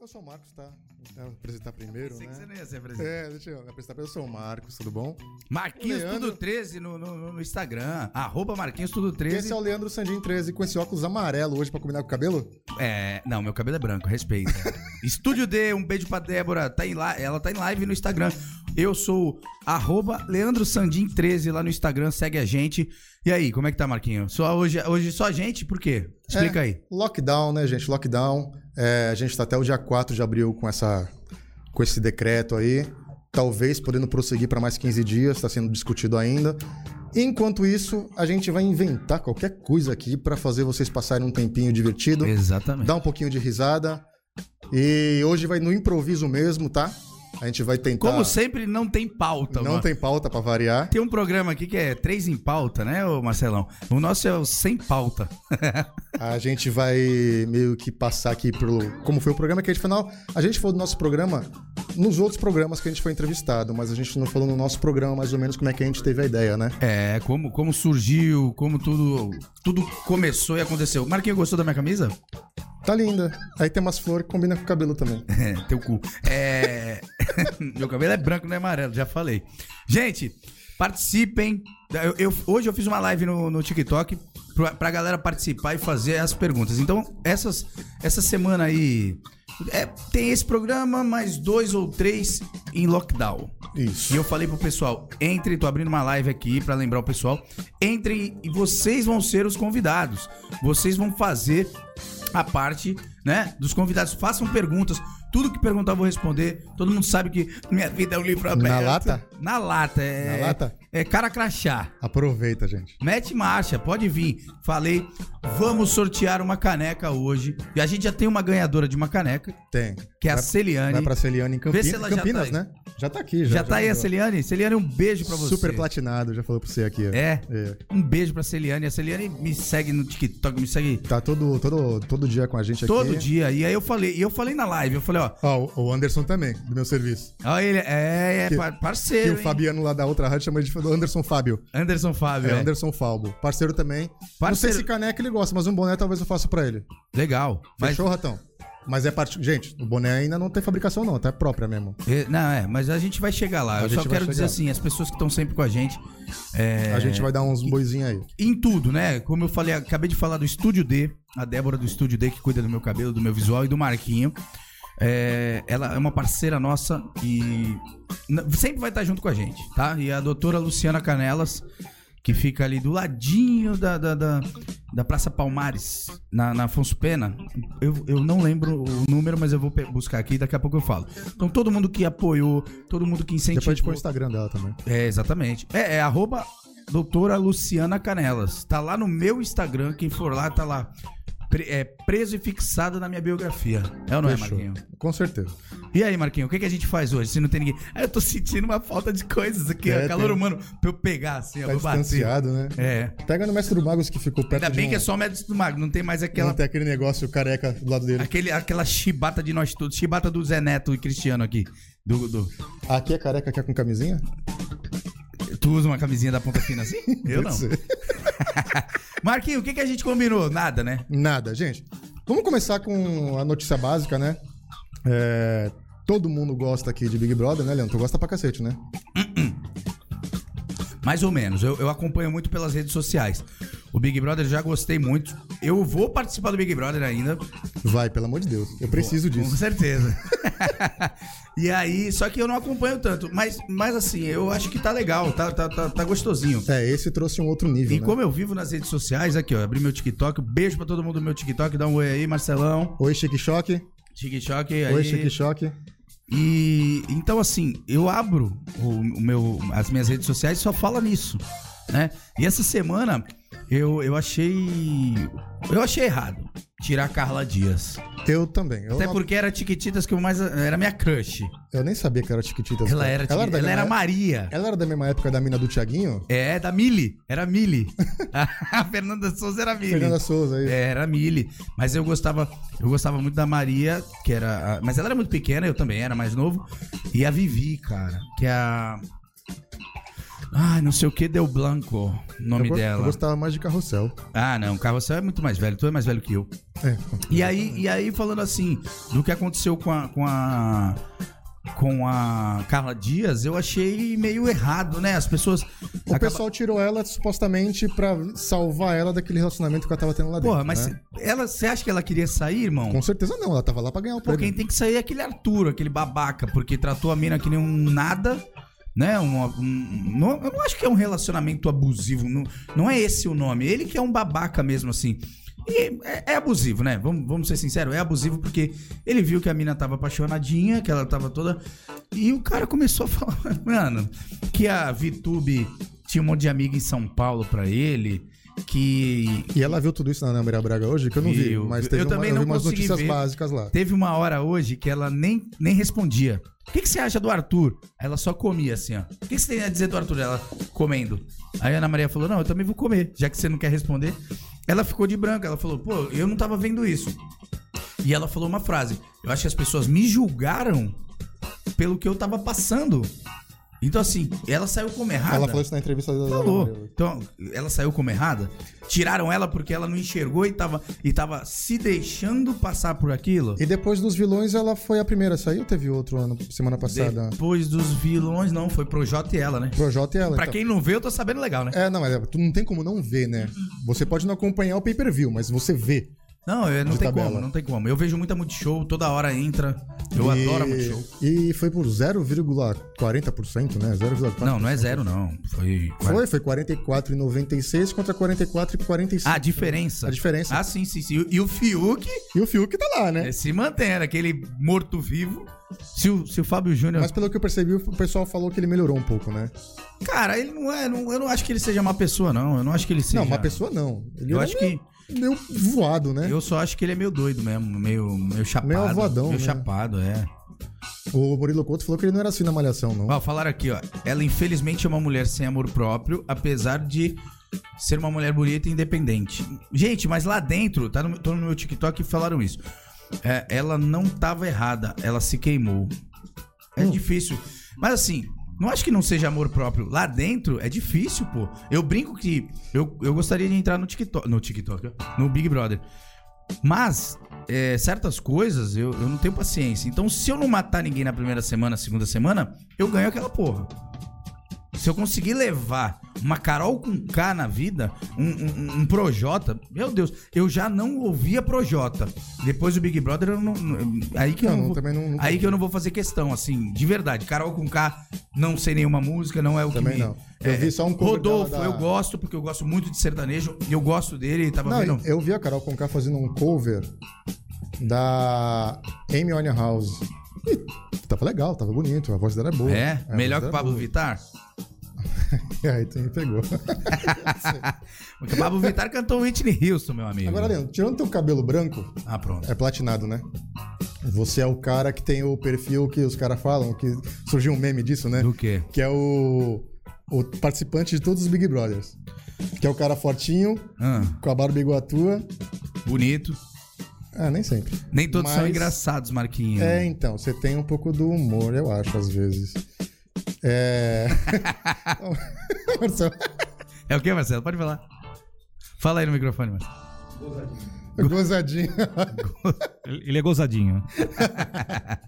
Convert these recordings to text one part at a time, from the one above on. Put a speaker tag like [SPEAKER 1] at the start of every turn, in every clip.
[SPEAKER 1] Eu sou o Marcos, tá? Vou apresentar primeiro,
[SPEAKER 2] Sei que você
[SPEAKER 1] né?
[SPEAKER 2] não ia se apresentar.
[SPEAKER 1] É, deixa eu me apresentar primeiro. Eu sou o Marcos, tudo bom?
[SPEAKER 2] Marquinhos
[SPEAKER 1] É. Leandro.
[SPEAKER 2] Tudo 13 no, no- no Instagram. Arroba Marquinhos Tudo
[SPEAKER 1] E esse
[SPEAKER 2] 13.
[SPEAKER 1] é o Leandro Sandin 13, com esse óculos amarelo hoje pra combinar com o cabelo?
[SPEAKER 2] É, não, meu cabelo é branco, respeita. Estúdio D, um beijo pra Débora. Tá em li- ela tá em live no Instagram. Eu sou arroba Leandro Sandin 13 lá no Instagram, segue a gente. E aí, como é que tá, Marquinhos? Só hoje, hoje só a gente? Por quê?
[SPEAKER 1] É.
[SPEAKER 2] Explica aí.
[SPEAKER 1] Lockdown, né, gente? Lockdown. É, a gente tá até o dia 4 de abril com, essa, com esse decreto aí. Talvez podendo prosseguir para mais 15 dias, está sendo discutido ainda. Enquanto isso, a gente vai inventar qualquer coisa aqui para fazer vocês passarem um tempinho divertido,
[SPEAKER 2] Exatamente.
[SPEAKER 1] dar um pouquinho de risada. E hoje vai no improviso mesmo, tá? A gente vai tentar.
[SPEAKER 2] Como sempre, não tem pauta,
[SPEAKER 1] tá. Não
[SPEAKER 2] mano.
[SPEAKER 1] tem pauta para variar.
[SPEAKER 2] Tem um programa aqui que é Três em Pauta, né, ô Marcelão? O nosso é o Sem Pauta.
[SPEAKER 1] A gente vai meio que passar aqui pro. Como foi o programa, que a gente final. A gente falou do nosso programa nos outros programas que a gente foi entrevistado, mas a gente não falou no nosso programa mais ou menos como é que a gente teve a ideia, né?
[SPEAKER 2] É, como, como surgiu, como tudo tudo começou e aconteceu. Marquinhos, gostou da minha camisa?
[SPEAKER 1] Tá linda. Aí tem umas flores que combinam com o cabelo também.
[SPEAKER 2] É, teu cu. É... Meu cabelo é branco, não é amarelo, já falei. Gente, participem. Eu- eu- hoje eu fiz uma live no, no TikTok pra, pra galera participar e fazer as perguntas. Então, essas, essa semana aí. é, tem esse programa, mais dois ou três em lockdown.
[SPEAKER 1] Isso.
[SPEAKER 2] E eu falei pro pessoal, entre, tô abrindo uma live aqui pra lembrar o pessoal, entrem e vocês vão ser os convidados. Vocês vão fazer a parte, né, dos convidados. Façam perguntas, tudo que perguntar eu vou responder. Todo mundo sabe que minha vida é um livro aberto.
[SPEAKER 1] lata?
[SPEAKER 2] Na lata, é.
[SPEAKER 1] Na lata?
[SPEAKER 2] É cara crachá.
[SPEAKER 1] Aproveita, gente.
[SPEAKER 2] Mete marcha, pode vir. Falei, vamos sortear uma caneca hoje. E a gente já tem uma ganhadora de uma caneca,
[SPEAKER 1] Tem.
[SPEAKER 2] que é a
[SPEAKER 1] vai,
[SPEAKER 2] Celiane.
[SPEAKER 1] vai pra Celiane em Campinas.
[SPEAKER 2] Vê se ela já
[SPEAKER 1] Campinas,
[SPEAKER 2] tá aí.
[SPEAKER 1] né? Já tá aqui, já.
[SPEAKER 2] já, tá aí a Celiane? Celiane, um beijo pra você.
[SPEAKER 1] Super platinado, já falou pra você aqui. ó.
[SPEAKER 2] É.
[SPEAKER 1] É.
[SPEAKER 2] Um beijo pra Celiane. A Celiane me segue no TikTok, me segue
[SPEAKER 1] Tá todo, todo, todo dia com a gente aqui.
[SPEAKER 2] todo dia. E aí eu falei, e eu falei na live, eu falei, ó,
[SPEAKER 1] Ó, o- o Anderson também, do meu serviço.
[SPEAKER 2] ó ele é, é
[SPEAKER 1] Que-
[SPEAKER 2] par-
[SPEAKER 1] Que
[SPEAKER 2] parceiro.
[SPEAKER 1] o
[SPEAKER 2] hein?
[SPEAKER 1] Fabiano lá da outra rádio chama de Anderson Fábio.
[SPEAKER 2] Anderson Fábio.
[SPEAKER 1] É,
[SPEAKER 2] é.
[SPEAKER 1] Anderson Falbo. Parceiro também. Não sei
[SPEAKER 2] Parceiro.
[SPEAKER 1] se caneca ele gosta, mas um boné talvez eu faça pra ele.
[SPEAKER 2] Legal. Mas,
[SPEAKER 1] Fechou, ratão? Mas é parte. Gente, o boné ainda não tem fabricação, não, tá? É própria mesmo.
[SPEAKER 2] É, Não, é, mas a gente vai chegar
[SPEAKER 1] A
[SPEAKER 2] lá. eu
[SPEAKER 1] gente
[SPEAKER 2] só
[SPEAKER 1] vai
[SPEAKER 2] quero dizer
[SPEAKER 1] chegar.
[SPEAKER 2] assim, as pessoas que estão sempre com a gente. é,
[SPEAKER 1] A gente vai dar uns boizinhos aí.
[SPEAKER 2] em tudo, né? Como eu falei, acabei de falar do Estúdio D, a Débora do Estúdio D que cuida do meu cabelo, do meu visual e do Marquinho. É, ela é uma parceira nossa e n- sempre vai estar junto com a gente, tá? E a doutora Luciana Canelas, que fica ali do ladinho da, da, da, da Praça Palmares, na, na Afonso Pena. Eu, eu não lembro o número, mas eu vou pe- buscar aqui e daqui a pouco eu falo. Então todo mundo que apoiou, todo mundo que
[SPEAKER 1] Depois a gente põe
[SPEAKER 2] incentivou.
[SPEAKER 1] o Instagram dela também.
[SPEAKER 2] É, exatamente. É, é arroba doutora Luciana Canelas. Tá lá no meu Instagram, quem for lá, tá lá. Pre- é, preso e fixado na minha biografia. É ou não é, Marquinho?
[SPEAKER 1] Com certeza.
[SPEAKER 2] E aí, Marquinho, o que, que a gente faz hoje se não tem ninguém? Ah, eu tô sentindo uma falta de coisas aqui,
[SPEAKER 1] É,
[SPEAKER 2] ó, calor
[SPEAKER 1] tem-
[SPEAKER 2] humano, pra eu pegar assim, ó,
[SPEAKER 1] Tá
[SPEAKER 2] vou bater.
[SPEAKER 1] distanciado, né?
[SPEAKER 2] É.
[SPEAKER 1] Pega no Mestre do Magos que ficou perto
[SPEAKER 2] Ainda bem
[SPEAKER 1] de um...
[SPEAKER 2] que é só o médico do Magro, não tem mais aquela,
[SPEAKER 1] Não tem aquele negócio careca do lado dele.
[SPEAKER 2] aquele, aquela chibata de nós todos, chibata do Zé Neto e Cristiano aqui. Do, do-
[SPEAKER 1] Aqui é careca, aqui é com camisinha?
[SPEAKER 2] Tu usa uma camisinha da ponta fina assim? Eu não.
[SPEAKER 1] Pode ser.
[SPEAKER 2] Marquinho, o que, que a gente combinou? Nada, né?
[SPEAKER 1] Nada, gente. Vamos começar com a notícia básica, né? É, Todo mundo gosta aqui de Big Brother, né, Leandro? Tu gosta pra cacete, né?
[SPEAKER 2] Mais ou menos. Eu, eu acompanho muito pelas redes sociais. O Big Brother já gostei muito. Eu vou participar do Big Brother ainda.
[SPEAKER 1] Vai, pelo amor de Deus. Eu preciso
[SPEAKER 2] Com
[SPEAKER 1] disso.
[SPEAKER 2] certeza. e aí, só que eu não acompanho tanto. Mas, mas assim, eu acho que tá legal, tá, tá, tá, tá gostosinho.
[SPEAKER 1] É, esse trouxe um outro nível,
[SPEAKER 2] E
[SPEAKER 1] né?
[SPEAKER 2] como eu vivo nas redes sociais, aqui ó, abri meu TikTok, beijo pra todo mundo do meu TikTok, dá um oi aí, Marcelão,
[SPEAKER 1] Oi, Chique Choque.
[SPEAKER 2] TikTok aí.
[SPEAKER 1] Oi, Chique Choque.
[SPEAKER 2] E então assim, eu abro o, o meu, as minhas redes sociais e só fala nisso, né? E essa semana eu, eu achei eu achei errado tirar a Carla Dias.
[SPEAKER 1] Eu também. Eu,
[SPEAKER 2] Até
[SPEAKER 1] não-
[SPEAKER 2] porque era Tiquititas que eu mais era minha crush.
[SPEAKER 1] eu nem sabia que era Chiquititas.
[SPEAKER 2] Ela
[SPEAKER 1] cara.
[SPEAKER 2] era ela,
[SPEAKER 1] da
[SPEAKER 2] ela
[SPEAKER 1] mesma
[SPEAKER 2] era
[SPEAKER 1] é-
[SPEAKER 2] Maria.
[SPEAKER 1] Ela era da mesma época da mina do Tiaguinho?
[SPEAKER 2] É, da Mili, era Mili. a Fernanda Souza era Mili.
[SPEAKER 1] Fernanda Souza aí.
[SPEAKER 2] É, Era a Millie. Mas eu gostava, eu gostava muito da Maria, que era. a- mas ela era muito pequena, eu também era mais novo. E a Vivi, cara, que é a. Ai, não sei o que, Del Blanco, nome
[SPEAKER 1] eu, go-
[SPEAKER 2] dela.
[SPEAKER 1] Eu gostava mais de carrossel.
[SPEAKER 2] Ah, não, Carrossel é muito mais velho, tu é mais velho que eu.
[SPEAKER 1] É.
[SPEAKER 2] E aí, e aí falando assim, do que aconteceu com a, com a com a Carla Dias, eu achei meio errado, né? As pessoas
[SPEAKER 1] O pessoal tirou ela supostamente pra salvar ela daquele relacionamento que ela tava tendo lá dentro.
[SPEAKER 2] Porra, mas
[SPEAKER 1] né?
[SPEAKER 2] ela, você acha que ela queria sair, irmão?
[SPEAKER 1] Com certeza não, ela tava lá pra ganhar o
[SPEAKER 2] Pô,
[SPEAKER 1] prêmio.
[SPEAKER 2] quem tem que sair é aquele Arthur, aquele babaca, porque tratou a mina que nem um nada, né? Um, um- não- eu não acho que é um relacionamento abusivo, não, não é esse o nome. Ele que é um babaca mesmo, assim. E é, é abusivo, né? Vamos, vamos ser sinceros, é abusivo porque ele viu que a mina tava apaixonadinha, que ela tava toda. E o cara começou a falar, mano, que a VTube tinha um monte de amiga em São Paulo pra ele, que
[SPEAKER 1] E ela viu tudo isso na Ana Maria Braga hoje, que eu não
[SPEAKER 2] Viu.
[SPEAKER 1] vi, mas
[SPEAKER 2] Eu
[SPEAKER 1] teve uma-
[SPEAKER 2] também
[SPEAKER 1] eu vi
[SPEAKER 2] não
[SPEAKER 1] umas
[SPEAKER 2] consegui
[SPEAKER 1] notícias
[SPEAKER 2] ver.
[SPEAKER 1] básicas lá.
[SPEAKER 2] Teve uma hora hoje que ela nem, nem respondia. O que, que você acha do Arthur? Aí Ela só comia assim, ó. O que, que você tem a dizer do Arthur? Ela comendo. Aí a Ana Maria falou: Não, eu também vou comer, já que você não quer responder. Ela ficou de branca. Ela falou: Pô, eu não tava vendo isso. E ela falou uma frase: Eu acho que as pessoas me julgaram pelo que eu tava passando. Então, assim, ela saiu como errada.
[SPEAKER 1] Ela falou isso na entrevista da Ana Maria.
[SPEAKER 2] Falou. Então, ela saiu como errada? Tiraram ela porque ela não enxergou e tava, e tava se deixando passar por aquilo?
[SPEAKER 1] E depois dos vilões, ela foi a primeira a sair ou teve outro ano, semana passada?
[SPEAKER 2] Depois dos vilões, não, foi Projota e ela, né?
[SPEAKER 1] Projota e ela.
[SPEAKER 2] Pra
[SPEAKER 1] então.
[SPEAKER 2] quem não vê, eu tô sabendo legal, né?
[SPEAKER 1] É, não, mas é, tu não tem como não ver, né? Você pode não acompanhar o pay-per-view, mas você vê.
[SPEAKER 2] Não, eu, não
[SPEAKER 1] De
[SPEAKER 2] tem
[SPEAKER 1] tabela.
[SPEAKER 2] como, não tem como. Eu vejo muita Multishow, toda hora entra. Eu
[SPEAKER 1] e...
[SPEAKER 2] adoro a Multishow.
[SPEAKER 1] E foi por 0,40%, né? 0,4%.
[SPEAKER 2] Não, não é zero, não. Foi.
[SPEAKER 1] Foi, foi 44,96 contra 44,45.
[SPEAKER 2] Ah, a diferença.
[SPEAKER 1] A diferença.
[SPEAKER 2] Ah, sim, sim, sim. E o- E o Fiuk
[SPEAKER 1] E o Fiuk tá lá, né?
[SPEAKER 2] eh, se mantém, era aquele morto-vivo. Se o, se o Fábio Júnior
[SPEAKER 1] Mas pelo que eu percebi, o pessoal falou que ele melhorou um pouco, né?
[SPEAKER 2] Cara, ele não é. não- eu não acho que ele seja uma pessoa, não. Eu não acho que ele seja.
[SPEAKER 1] Não, uma pessoa não. Ele
[SPEAKER 2] Eu
[SPEAKER 1] era
[SPEAKER 2] acho que.
[SPEAKER 1] meio, meio voado, né?
[SPEAKER 2] Eu só acho que ele é meio doido mesmo, meio, meio chapado.
[SPEAKER 1] Meio avoadão,
[SPEAKER 2] Meio
[SPEAKER 1] né?
[SPEAKER 2] chapado, é.
[SPEAKER 1] O Murilo Couto falou que ele não era assim na Malhação, não.
[SPEAKER 2] Ó, falaram aqui, ó. Ela infelizmente é uma mulher sem amor próprio, apesar de ser uma mulher bonita e independente. Gente, mas lá dentro, tá no, tô no meu TikTok e falaram isso. É, ela não tava errada, ela se queimou. É
[SPEAKER 1] Hum.
[SPEAKER 2] difícil. Mas assim, não acho que não seja amor próprio. Lá dentro é difícil, pô. Eu brinco que eu, eu gostaria de entrar no TikTok, no TikTok, ó, no Big Brother. Mas é, certas coisas eu, eu não tenho paciência. Então, se eu não matar ninguém na primeira semana, segunda semana, eu ganho aquela porra. Se eu conseguir levar uma Carol com K na vida, um, um, um Projota, meu Deus, eu já não ouvia Projota. Depois do Big Brother, eu não. não- Aí que eu
[SPEAKER 1] Não,
[SPEAKER 2] não
[SPEAKER 1] não,
[SPEAKER 2] vou-
[SPEAKER 1] também não- não-
[SPEAKER 2] aí que eu não vou fazer questão, assim, de verdade. Carol com K, não sei nenhuma música, não é o
[SPEAKER 1] Também
[SPEAKER 2] que me...
[SPEAKER 1] não. Eu vi só um cover
[SPEAKER 2] Rodolfo,
[SPEAKER 1] dela da-
[SPEAKER 2] eu gosto, porque eu gosto muito de sertanejo, e eu gosto dele, tava
[SPEAKER 1] Não,
[SPEAKER 2] vendo...
[SPEAKER 1] eu vi a Carol Conká fazendo um cover da Amy House. E tava legal, tava bonito, a voz dela é boa.
[SPEAKER 2] É,
[SPEAKER 1] a
[SPEAKER 2] melhor
[SPEAKER 1] voz
[SPEAKER 2] que o
[SPEAKER 1] dela
[SPEAKER 2] Pablo Vittar?
[SPEAKER 1] é boa. Aí tu me pegou.
[SPEAKER 2] Porque o Pablo Vittar cantou Whitney Houston, meu amigo.
[SPEAKER 1] Agora, Leandro, tirando teu cabelo branco,
[SPEAKER 2] Ah, pronto.
[SPEAKER 1] é platinado, né? Você é o cara que tem o perfil que os caras falam, que surgiu um meme disso, né?
[SPEAKER 2] Do quê?
[SPEAKER 1] Que é o, o participante de todos os Big Brothers. Que é o cara fortinho,
[SPEAKER 2] Ah,
[SPEAKER 1] com a barba igual a tua.
[SPEAKER 2] bonito.
[SPEAKER 1] Ah, nem sempre.
[SPEAKER 2] Nem todos são
[SPEAKER 1] Mas-
[SPEAKER 2] engraçados, Marquinhos.
[SPEAKER 1] É, então, você tem um pouco do humor, eu acho, às vezes. É. Marcelo,
[SPEAKER 2] É o que, Marcelo? Pode falar. Fala aí no microfone, Marcelo.
[SPEAKER 1] Gozadinho.
[SPEAKER 3] Ele ele é gozadinho.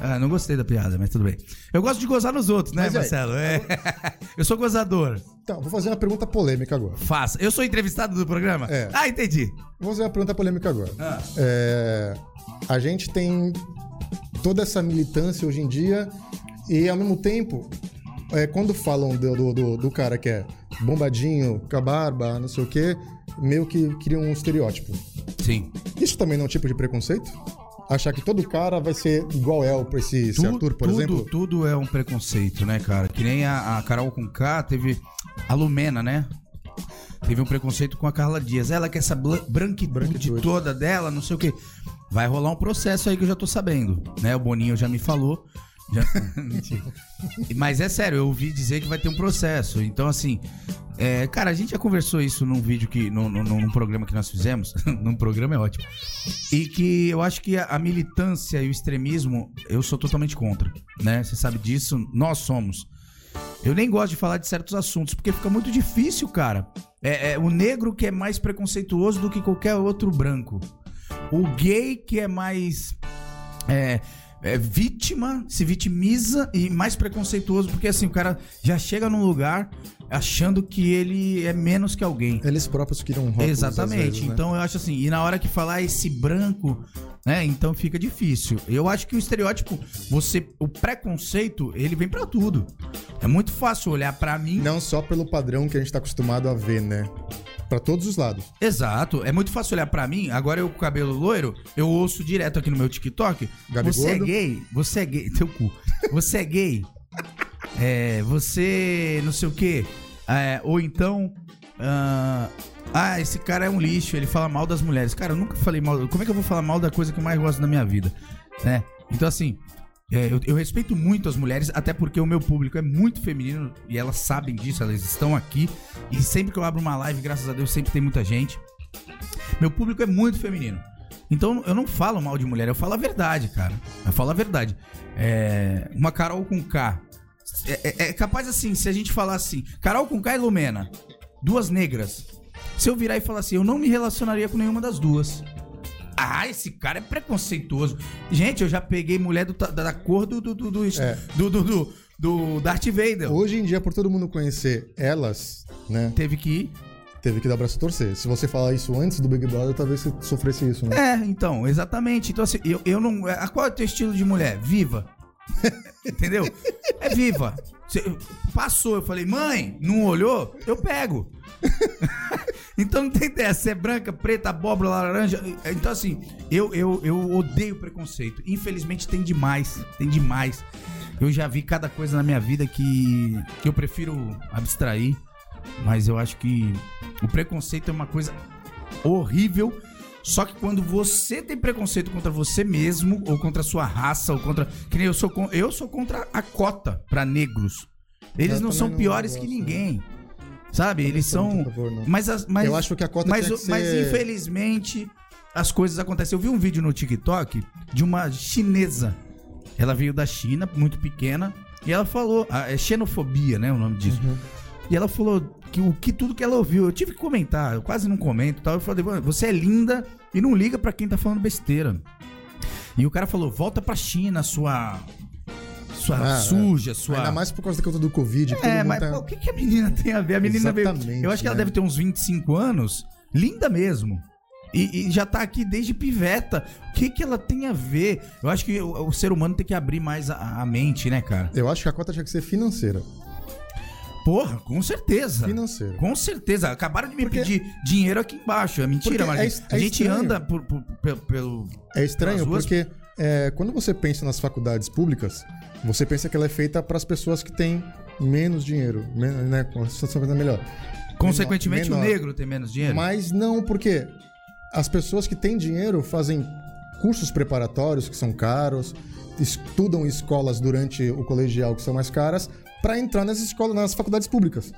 [SPEAKER 2] Ah, não gostei da piada, mas tudo bem. Eu gosto de gozar nos outros, né,
[SPEAKER 1] Mas, velho,
[SPEAKER 2] Marcelo? É. Eu sou gozador.
[SPEAKER 1] Então, vou fazer uma pergunta polêmica agora.
[SPEAKER 2] Faça. Eu sou entrevistado do programa?
[SPEAKER 1] É.
[SPEAKER 2] Ah, entendi.
[SPEAKER 1] Vou fazer uma pergunta polêmica agora.
[SPEAKER 2] Ah.
[SPEAKER 1] É, a gente tem toda essa militância hoje em dia e, ao mesmo tempo, é, quando falam do, do- do- do cara que é bombadinho, com a barba, não sei o quê, meio que cria um estereótipo.
[SPEAKER 2] Sim.
[SPEAKER 1] Isso também não é um tipo de preconceito? Achar que todo cara vai ser igual El pra esse, esse
[SPEAKER 2] Tu-
[SPEAKER 1] Arthur, por
[SPEAKER 2] tudo,
[SPEAKER 1] exemplo?
[SPEAKER 2] Tudo é um preconceito, né, cara? Que nem a, a Carol com K teve. A Lumena, né? Teve um preconceito com a Carla Dias. Ela quer essa blan- branquitude,
[SPEAKER 1] Branquitude.
[SPEAKER 2] toda dela, não sei o quê. Vai rolar um processo aí que eu já tô sabendo, né? O Boninho já me falou. Já- Mentira. Mas é sério, eu ouvi dizer que vai ter um processo. Então, assim, é, cara, a gente já conversou isso num vídeo que. num, num- num programa que nós fizemos. num programa é ótimo. E que eu acho que a, a militância e o extremismo, eu sou totalmente contra, né? Você sabe disso, nós somos. Eu nem gosto de falar de certos assuntos, porque fica muito difícil, cara. É, é o negro que é mais preconceituoso do que qualquer outro branco. O gay que é mais. É, é vítima, se vitimiza e mais preconceituoso, porque assim, o cara já chega num lugar achando que ele é menos que alguém.
[SPEAKER 1] Eles próprios criam rótulos. um
[SPEAKER 2] Exatamente.
[SPEAKER 1] às vezes, né?
[SPEAKER 2] Então eu acho assim, e na hora que falar esse branco, né? Então fica difícil. Eu acho que o estereótipo, você, o preconceito, ele vem pra tudo. É muito fácil olhar pra mim.
[SPEAKER 1] Não só pelo padrão que a gente tá acostumado a ver, né? Pra todos os lados.
[SPEAKER 2] Exato, é muito fácil olhar pra mim. Agora eu com o cabelo loiro, eu ouço direto aqui no meu TikTok.
[SPEAKER 1] Gabigordo.
[SPEAKER 2] Você é gay? Você é gay? Teu cu. Você é gay? É, você não sei o quê. É, ou então. ah, ah, esse cara é um lixo, ele fala mal das mulheres. Cara, eu nunca falei mal. Como é que eu vou falar mal da coisa que eu mais gosto da minha vida? Né? Então, assim, é, eu, eu respeito muito as mulheres, até porque o meu público é muito feminino e elas sabem disso, elas estão aqui. E sempre que eu abro uma live, graças a Deus, sempre tem muita gente. Meu público é muito feminino. Então eu não falo mal de mulher, eu falo a verdade, cara. Eu falo a verdade. É, uma Carol com K. É, é- é capaz assim, se a gente falar assim, Carol com K e Lumena, duas negras. Se eu virar e falar assim, eu não me relacionaria com nenhuma das duas. Ah, esse cara é preconceituoso. Gente, eu já peguei mulher do ta- da, da cor do do do, do,
[SPEAKER 1] É.
[SPEAKER 2] do, do, do- do Darth Vader.
[SPEAKER 1] Hoje em dia, por todo mundo conhecer elas, né?
[SPEAKER 2] Teve que ir.
[SPEAKER 1] Teve que dar braço a torcer. Se você falar isso antes do Big Brother, talvez você sofresse isso, né?
[SPEAKER 2] É, então, exatamente. Então, assim, eu, eu não. A qual é o teu estilo de mulher? Viva. Entendeu? É viva. Cê- passou, eu falei, mãe, não olhou? Eu pego. então não tem dessa. É branca, preta, abóbora, laranja. Então, assim, eu, eu, eu odeio preconceito. Infelizmente tem demais. Tem demais. Eu já vi cada coisa na minha vida que, que eu prefiro abstrair. Mas eu acho que o preconceito é uma coisa horrível. Só que quando você tem preconceito contra você mesmo, ou contra a sua raça, ou contra. Que nem eu sou, con- eu sou contra a cota pra negros. Eles
[SPEAKER 1] Eu
[SPEAKER 2] não
[SPEAKER 1] também
[SPEAKER 2] são
[SPEAKER 1] não
[SPEAKER 2] piores
[SPEAKER 1] gosto,
[SPEAKER 2] que
[SPEAKER 1] né?
[SPEAKER 2] ninguém. Sabe? Eles
[SPEAKER 1] Não sou muito
[SPEAKER 2] são.
[SPEAKER 1] a favor, não.
[SPEAKER 2] Mas, as- mas,
[SPEAKER 1] Eu acho que a cota
[SPEAKER 2] mas,
[SPEAKER 1] tinha
[SPEAKER 2] o-
[SPEAKER 1] que
[SPEAKER 2] mas
[SPEAKER 1] ser-
[SPEAKER 2] infelizmente as coisas acontecem. Eu vi um vídeo no TikTok de uma chinesa. Ela veio da China, muito pequena, e ela falou. ah, É xenofobia, né? O nome disso.
[SPEAKER 1] Uhum.
[SPEAKER 2] E ela falou que o que tudo que ela ouviu, eu tive que comentar, eu quase não comento e tal. Eu falei, "Mano, você é linda e não liga pra quem tá falando besteira. E o cara falou, volta pra China, sua. Sua
[SPEAKER 1] Ah, é.
[SPEAKER 2] suja, sua.
[SPEAKER 1] Ainda mais por causa da conta do Covid. que todo
[SPEAKER 2] É,
[SPEAKER 1] mundo
[SPEAKER 2] mas
[SPEAKER 1] tá-
[SPEAKER 2] pô, o que, que a menina tem a ver? A menina veio.
[SPEAKER 1] Exatamente,
[SPEAKER 2] Eu acho que ela
[SPEAKER 1] né?
[SPEAKER 2] deve ter uns 25 anos, linda mesmo. E, e já tá aqui desde piveta. O que, que ela tem a ver? Eu acho que o, o ser humano tem que abrir mais a, a mente, né, cara?
[SPEAKER 1] Eu acho que a cota tinha que ser financeira.
[SPEAKER 2] Porra, com certeza.
[SPEAKER 1] Financeira.
[SPEAKER 2] Com certeza. Acabaram de me
[SPEAKER 1] Porque-
[SPEAKER 2] pedir dinheiro aqui embaixo. É mentira,
[SPEAKER 1] Porque
[SPEAKER 2] mas
[SPEAKER 1] é es-
[SPEAKER 2] a
[SPEAKER 1] é
[SPEAKER 2] gente
[SPEAKER 1] estranho.
[SPEAKER 2] anda por- por- pelo- pelo.
[SPEAKER 1] É estranho
[SPEAKER 2] Pelas ruas?
[SPEAKER 1] porque é, quando você pensa nas faculdades públicas, você pensa que ela é feita para as pessoas que têm menos dinheiro, men né, com a situação melhor.
[SPEAKER 2] Consequentemente,
[SPEAKER 1] menor.
[SPEAKER 2] o negro tem menos dinheiro.
[SPEAKER 1] Mas não porque as pessoas que têm dinheiro fazem cursos preparatórios que são caros, estudam em escolas durante o colegial que são mais caras para entrar nessas escolas, nas faculdades públicas.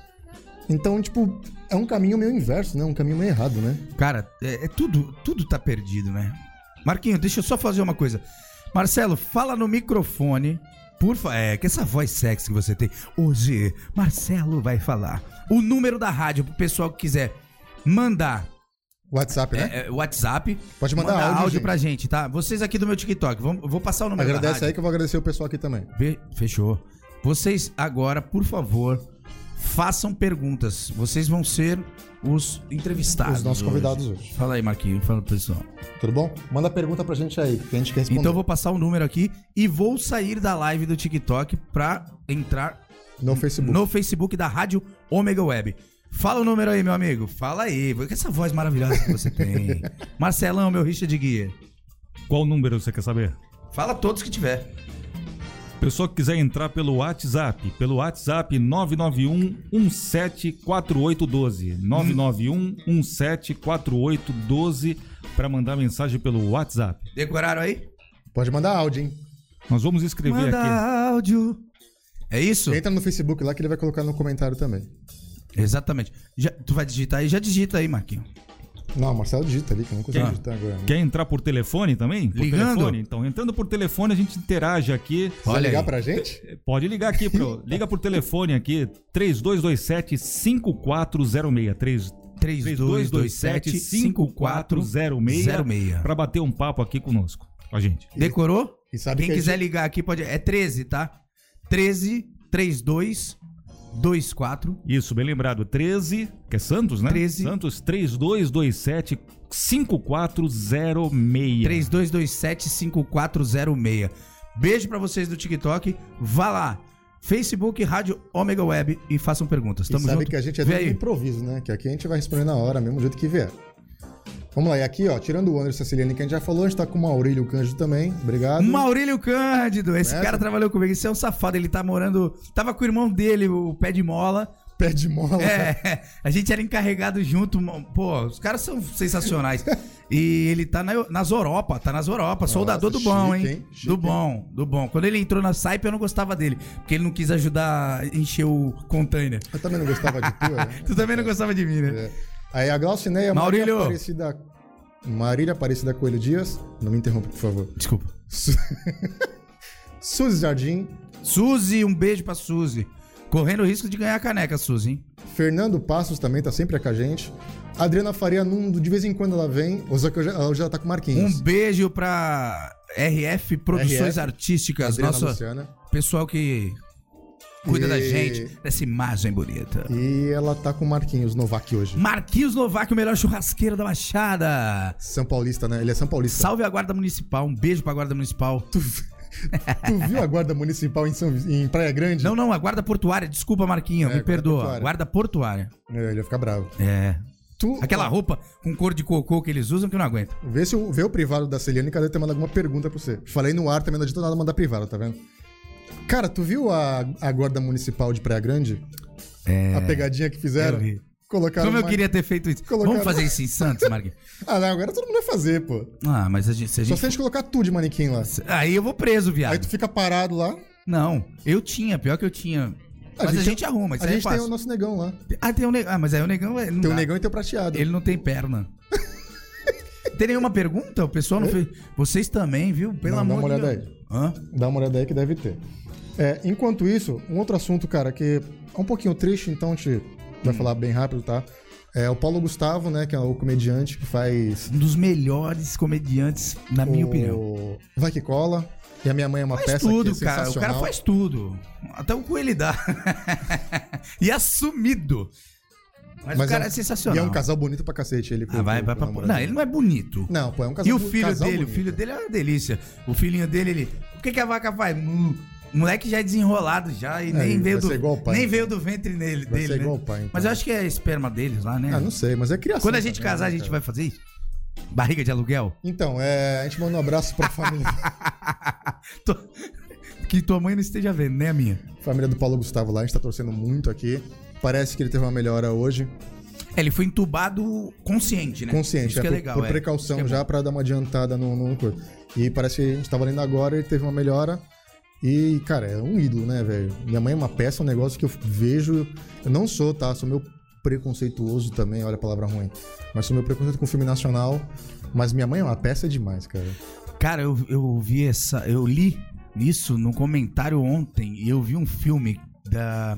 [SPEAKER 1] Então, tipo, é um caminho meio inverso, né? Um caminho meio errado, né?
[SPEAKER 2] Cara, é, é tudo, tudo tá perdido, né? Marquinho, deixa eu só fazer uma coisa. Marcelo, fala no microfone. Por fa... É, que essa voz sexy que você tem. Hoje, Marcelo vai falar. O número da rádio pro pessoal que quiser mandar
[SPEAKER 1] WhatsApp, né?
[SPEAKER 2] é, é, WhatsApp.
[SPEAKER 1] Pode mandar
[SPEAKER 2] manda
[SPEAKER 1] áudio, gente.
[SPEAKER 2] pra gente, tá? Vocês aqui do meu TikTok, vamos, eu vou passar o número da
[SPEAKER 1] Agradece
[SPEAKER 2] rádio.
[SPEAKER 1] aí que eu vou agradecer o pessoal aqui também.
[SPEAKER 2] Fe- Fechou. Vocês agora, por favor, façam perguntas. Vocês vão ser os entrevistados.
[SPEAKER 1] Os nossos
[SPEAKER 2] hoje.
[SPEAKER 1] convidados hoje.
[SPEAKER 2] Fala aí, Marquinhos. Fala pro pessoal.
[SPEAKER 1] Tudo bom? Manda pergunta pra gente aí, que a gente quer responder.
[SPEAKER 2] Então eu vou passar o número aqui e vou sair da live do TikTok pra entrar
[SPEAKER 1] No Facebook.
[SPEAKER 2] no Facebook da Rádio Ômega Web. Fala o número aí, meu amigo. Fala aí. Que essa voz maravilhosa que você tem. Marcelão, meu Richard Guia.
[SPEAKER 3] Qual número você quer saber?
[SPEAKER 2] Fala todos que tiver.
[SPEAKER 3] Pessoal que quiser entrar pelo WhatsApp, pelo WhatsApp 991 174812. 991 174812 para mandar mensagem pelo WhatsApp.
[SPEAKER 2] Decoraram aí?
[SPEAKER 1] Pode mandar áudio, hein?
[SPEAKER 3] Nós vamos escrever aqui.
[SPEAKER 2] áudio. É isso?
[SPEAKER 1] Entra no Facebook lá que ele vai colocar no comentário também.
[SPEAKER 2] Exatamente. Já- tu vai digitar aí? Já digita aí, Marquinho.
[SPEAKER 1] Não, o Marcelo digita ali, que eu não consigo
[SPEAKER 3] Quem?
[SPEAKER 1] digitar agora. Né?
[SPEAKER 3] Quer entrar por telefone também? Por
[SPEAKER 2] Ligando?
[SPEAKER 3] telefone? Então, entrando por telefone, a gente interage aqui.
[SPEAKER 1] Vai
[SPEAKER 2] Olha
[SPEAKER 1] ligar
[SPEAKER 2] aí.
[SPEAKER 1] pra gente?
[SPEAKER 3] Pode ligar aqui, pro, liga por telefone aqui, 3227-5406. 3227-5406.
[SPEAKER 2] 3227-5406.
[SPEAKER 3] Pra bater um papo aqui conosco, com a gente.
[SPEAKER 2] Decorou?
[SPEAKER 1] E sabe
[SPEAKER 2] Quem
[SPEAKER 1] que a
[SPEAKER 2] quiser
[SPEAKER 1] gente-
[SPEAKER 2] ligar aqui pode. É 13, tá? 13 32 24.
[SPEAKER 3] Isso, bem lembrado. 13, que é Santos, né?
[SPEAKER 2] 13.
[SPEAKER 3] Santos, 3227-5406.
[SPEAKER 2] 3227-5406. Beijo pra vocês do TikTok. Vá lá. Facebook, Rádio Ômega Web e façam perguntas.
[SPEAKER 1] E
[SPEAKER 2] Tamo
[SPEAKER 1] sabe
[SPEAKER 2] junto.
[SPEAKER 1] que a gente é
[SPEAKER 2] Vê
[SPEAKER 1] tudo no
[SPEAKER 2] aí.
[SPEAKER 1] improviso, né? Que aqui a gente vai responder na hora, mesmo jeito que vier. Vamos lá, e aqui, ó, tirando o Anderson Ceciliano que a gente já falou, a gente tá com o Maurílio Cândido também. Obrigado.
[SPEAKER 2] Maurílio Cândido, esse
[SPEAKER 1] Conhece?
[SPEAKER 2] cara trabalhou comigo, esse é um safado, ele tá morando. Tava com o irmão dele, o pé de mola.
[SPEAKER 1] Pé de mola.
[SPEAKER 2] É, a gente era encarregado junto. mo- Pô, os caras são sensacionais. E ele tá na, Eu- nas Europa, tá nas Europa. Soldador do bom,
[SPEAKER 1] chique,
[SPEAKER 2] hein?
[SPEAKER 1] hein? Chique,
[SPEAKER 2] do
[SPEAKER 1] hein?
[SPEAKER 2] bom, do bom. Quando ele entrou na Saipa, eu não gostava dele, porque ele não quis ajudar a encher o container.
[SPEAKER 1] Eu também não gostava de tu, né?
[SPEAKER 2] Tu também não gostava de mim, né?
[SPEAKER 1] É. Aí a Glaucineia
[SPEAKER 2] Maurílio.
[SPEAKER 1] Marília Aparecida, Marília Aparecida Coelho Dias. Não me interrompa, por favor.
[SPEAKER 2] Desculpa.
[SPEAKER 1] Su- Suzy Jardim,
[SPEAKER 2] Suzy, um beijo pra Suzy. Correndo o risco de ganhar a caneca, Suzy, hein?
[SPEAKER 1] Fernando Passos também tá sempre com a gente. Adriana Faria, num- de vez em quando ela vem, ou só que hoje ela já tá com Marquinhos.
[SPEAKER 2] Um beijo pra RF Produções
[SPEAKER 1] RF,
[SPEAKER 2] Artísticas,
[SPEAKER 1] Adriana
[SPEAKER 2] nosso
[SPEAKER 1] Luciana.
[SPEAKER 2] pessoal que cuida
[SPEAKER 1] E-
[SPEAKER 2] da gente, dessa imagem bonita.
[SPEAKER 1] E ela tá com Marquinhos Novak hoje.
[SPEAKER 2] Marquinhos Novak, o melhor churrasqueiro da Baixada.
[SPEAKER 1] São Paulista, né? Ele é São Paulista.
[SPEAKER 2] Salve a Guarda Municipal, um beijo pra Guarda Municipal.
[SPEAKER 1] Tu viu a guarda municipal em, São... em Praia Grande?
[SPEAKER 2] Não, não, a Guarda Portuária, desculpa Marquinho,
[SPEAKER 1] É,
[SPEAKER 2] me
[SPEAKER 1] Guarda
[SPEAKER 2] perdoa.
[SPEAKER 1] Portuária.
[SPEAKER 2] Guarda Portuária.
[SPEAKER 1] É, ele ia ficar bravo.
[SPEAKER 2] É.
[SPEAKER 1] Tu...
[SPEAKER 2] Aquela roupa com cor de cocô que eles usam que eu não aguento.
[SPEAKER 1] Vê, se o... Vê o privado da Celiane que ela deve ter mandado alguma pergunta pra você. Falei no ar, também não adianta nada mandar privado, tá vendo? Cara, tu viu a, a guarda municipal de Praia Grande? É. A pegadinha que fizeram?
[SPEAKER 2] Eu vi.
[SPEAKER 1] Colocaram
[SPEAKER 2] Como eu
[SPEAKER 1] uma-
[SPEAKER 2] queria ter feito isso.
[SPEAKER 1] Colocaram-
[SPEAKER 2] Vamos fazer isso em Santos, Marquinhos.
[SPEAKER 1] Ah, não, agora todo mundo vai fazer, pô.
[SPEAKER 2] Ah, mas a gente, se a
[SPEAKER 1] Só
[SPEAKER 2] gente.
[SPEAKER 1] se a gente colocar tu de manequim lá.
[SPEAKER 2] Aí eu vou preso, viado.
[SPEAKER 1] Aí tu fica parado lá.
[SPEAKER 2] Não, eu tinha, pior que eu tinha.
[SPEAKER 1] A
[SPEAKER 2] mas a
[SPEAKER 1] gente-
[SPEAKER 2] gente arruma, isso
[SPEAKER 1] a
[SPEAKER 2] aí é
[SPEAKER 1] gente tem
[SPEAKER 2] fácil.
[SPEAKER 1] o nosso negão lá.
[SPEAKER 2] Ah, tem um negão. Ah, mas aí o negão. é- Não
[SPEAKER 1] Tem um o
[SPEAKER 2] dá.
[SPEAKER 1] negão e tem o prateado.
[SPEAKER 2] Ele não tem perna. tem nenhuma pergunta? O pessoal não fez. Vocês também, viu? Pelo
[SPEAKER 1] É? Não, dá
[SPEAKER 2] amor
[SPEAKER 1] uma
[SPEAKER 2] de
[SPEAKER 1] olhada
[SPEAKER 2] Deus. Hã?
[SPEAKER 1] Dá uma olhada aí que deve ter. É, enquanto isso, um outro assunto, cara, que é um pouquinho triste, então a gente vai
[SPEAKER 2] Hum.
[SPEAKER 1] falar bem rápido, tá? É o Paulo Gustavo, né, que é o comediante que faz.
[SPEAKER 2] Um dos melhores comediantes, na minha
[SPEAKER 1] o...
[SPEAKER 2] opinião.
[SPEAKER 1] Vai que cola. E a minha mãe é uma
[SPEAKER 2] Faz
[SPEAKER 1] peça
[SPEAKER 2] tudo,
[SPEAKER 1] que é
[SPEAKER 2] cara. O cara
[SPEAKER 1] sensacional.
[SPEAKER 2] faz tudo. Até o coelho dá. e assumido. Mas,
[SPEAKER 1] Mas
[SPEAKER 2] o cara é,
[SPEAKER 1] um-
[SPEAKER 2] sensacional.
[SPEAKER 1] E é um casal bonito pra cacete, ele com-
[SPEAKER 2] Ah, vai,
[SPEAKER 1] com-
[SPEAKER 2] vai
[SPEAKER 1] com
[SPEAKER 2] pra...
[SPEAKER 1] a
[SPEAKER 2] porra.
[SPEAKER 1] namorada
[SPEAKER 2] Não,
[SPEAKER 1] dele.
[SPEAKER 2] ele não é bonito.
[SPEAKER 1] Não, pô, é um casal
[SPEAKER 2] E o
[SPEAKER 1] bu-
[SPEAKER 2] filho
[SPEAKER 1] casal
[SPEAKER 2] dele, o
[SPEAKER 1] bonito.
[SPEAKER 2] filho dele é uma delícia. O filhinho dele, ele. O que, que a vaca faz? Mu. O moleque já é desenrolado já e nem
[SPEAKER 1] ele
[SPEAKER 2] veio
[SPEAKER 1] vai
[SPEAKER 2] do.
[SPEAKER 1] ser igual o pai,
[SPEAKER 2] nem
[SPEAKER 1] então.
[SPEAKER 2] veio do ventre nele,
[SPEAKER 1] Vai
[SPEAKER 2] dele.
[SPEAKER 1] ser
[SPEAKER 2] né?
[SPEAKER 1] igual o pai, então.
[SPEAKER 2] Mas eu acho que é esperma deles lá, né?
[SPEAKER 1] Ah, não sei, mas é criação.
[SPEAKER 2] Quando a gente
[SPEAKER 1] também,
[SPEAKER 2] casar, a
[SPEAKER 1] né,
[SPEAKER 2] gente
[SPEAKER 1] cara?
[SPEAKER 2] vai fazer isso? Barriga de aluguel?
[SPEAKER 1] Então, é, a gente manda um abraço pra família,
[SPEAKER 2] Tô- Que tua mãe não esteja vendo, né, minha?
[SPEAKER 1] família do Paulo Gustavo lá, a gente tá torcendo muito aqui. Parece que ele teve uma melhora hoje.
[SPEAKER 2] É, Ele foi entubado consciente, né?
[SPEAKER 1] consciente,
[SPEAKER 2] Isso
[SPEAKER 1] é,
[SPEAKER 2] que é
[SPEAKER 1] por,
[SPEAKER 2] legal.
[SPEAKER 1] por
[SPEAKER 2] é.
[SPEAKER 1] precaução
[SPEAKER 2] Isso que é
[SPEAKER 1] já pra dar uma adiantada no, no coisa. E parece que a gente tava lendo agora, ele teve uma melhora. E, cara, é um ídolo, né, velho? Minha mãe é uma peça, é um negócio que eu vejo. Eu não sou, tá? Sou meu preconceituoso também, olha a palavra ruim. Mas sou meu preconceito com filme nacional. Mas minha mãe é uma peça demais, cara.
[SPEAKER 2] Cara, eu, eu ouvi essa. Eu li isso num comentário ontem e eu vi um filme da.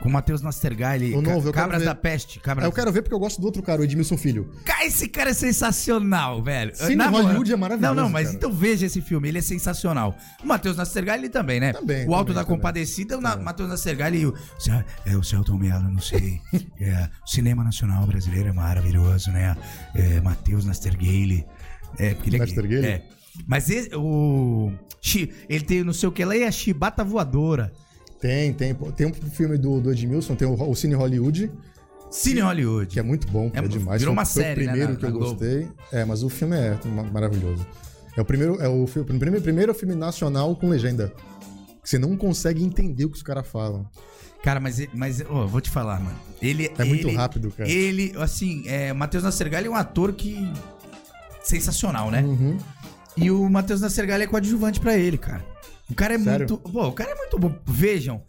[SPEAKER 2] Com o Matheus Nastergalli,
[SPEAKER 1] Eu não ouvi, eu quero
[SPEAKER 2] Cabras
[SPEAKER 1] ver. É
[SPEAKER 2] da Peste. Cabras
[SPEAKER 1] Eu quero ver porque eu gosto do outro cara, o Edmilson Filho.
[SPEAKER 2] Cara, esse cara é sensacional, velho.
[SPEAKER 1] Cine
[SPEAKER 2] moral-
[SPEAKER 1] Hollywood é maravilhoso,
[SPEAKER 2] Não, não, mas
[SPEAKER 1] cara.
[SPEAKER 2] então veja esse filme, ele é sensacional. O Matheus Nastergalli também, né?
[SPEAKER 1] Também,
[SPEAKER 2] O Alto
[SPEAKER 1] também, também.
[SPEAKER 2] da
[SPEAKER 1] É.
[SPEAKER 2] Compadecida, o Na- Matheus Nastergalli e o... Sa- É o Celton Mello, não sei. É, o cinema nacional brasileiro é maravilhoso, né? É, Matheus Nastergalli. É, porque ele é gay.
[SPEAKER 1] Nastergalli?
[SPEAKER 2] É. Mas esse- o... Chi- Ele tem não sei o que lá e é a chibata voadora.
[SPEAKER 1] Tem, tem. pô. Tem um filme do, do Edmilson, tem o, o Cine Hollywood,
[SPEAKER 2] Cine Hollywood.
[SPEAKER 1] que é muito bom, cara,
[SPEAKER 2] É,
[SPEAKER 1] é demais.
[SPEAKER 2] virou uma
[SPEAKER 1] foi,
[SPEAKER 2] série,
[SPEAKER 1] foi o
[SPEAKER 2] né,
[SPEAKER 1] primeiro
[SPEAKER 2] na-
[SPEAKER 1] que
[SPEAKER 2] na
[SPEAKER 1] eu
[SPEAKER 2] Globo.
[SPEAKER 1] gostei. É, mas o filme é ma- maravilhoso. É o primeiro, é o, fi- o primeiro, primeiro filme nacional com legenda. Que você não consegue entender o que os caras falam.
[SPEAKER 2] Cara, mas, ele- mas ó, vou te falar, mano. Ele
[SPEAKER 1] É muito
[SPEAKER 2] ele-
[SPEAKER 1] rápido, cara.
[SPEAKER 2] Ele, assim, é, Matheus Nassergalli é um ator que sensacional, né?
[SPEAKER 1] Uhum.
[SPEAKER 2] E o Matheus Nassergalli é coadjuvante pra ele, cara. O cara é
[SPEAKER 1] Sério?
[SPEAKER 2] muito, pô, o cara é muito bom. Vejam,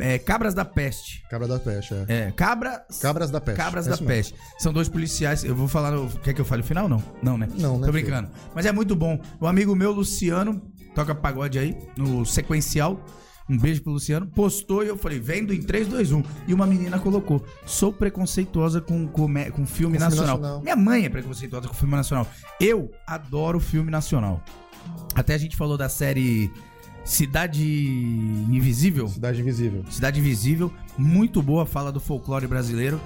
[SPEAKER 2] é, Cabras da Peste.
[SPEAKER 1] Cabra da Peste, é.
[SPEAKER 2] É, Cabras.
[SPEAKER 1] Cabras da Peste.
[SPEAKER 2] Cabras
[SPEAKER 1] é
[SPEAKER 2] da
[SPEAKER 1] isso mesmo.
[SPEAKER 2] Peste. São dois policiais. Eu vou falar. no- Quer que eu fale o final? Não. Não, né?
[SPEAKER 1] Não, né,
[SPEAKER 2] Tô brincando. Mas é muito bom. Um amigo meu, Luciano, toca pagode aí, no sequencial. Um beijo pro Luciano. Postou e eu falei, vendo em 3, 2, 1. E uma menina colocou: sou preconceituosa com, comé- com
[SPEAKER 1] Com
[SPEAKER 2] filme
[SPEAKER 1] filme
[SPEAKER 2] nacional.
[SPEAKER 1] nacional.
[SPEAKER 2] Minha mãe é preconceituosa com filme nacional. Eu adoro filme nacional. Até a gente falou da série Cidade Invisível.
[SPEAKER 1] Cidade Invisível.
[SPEAKER 2] Cidade Invisível, muito boa a fala do folclore brasileiro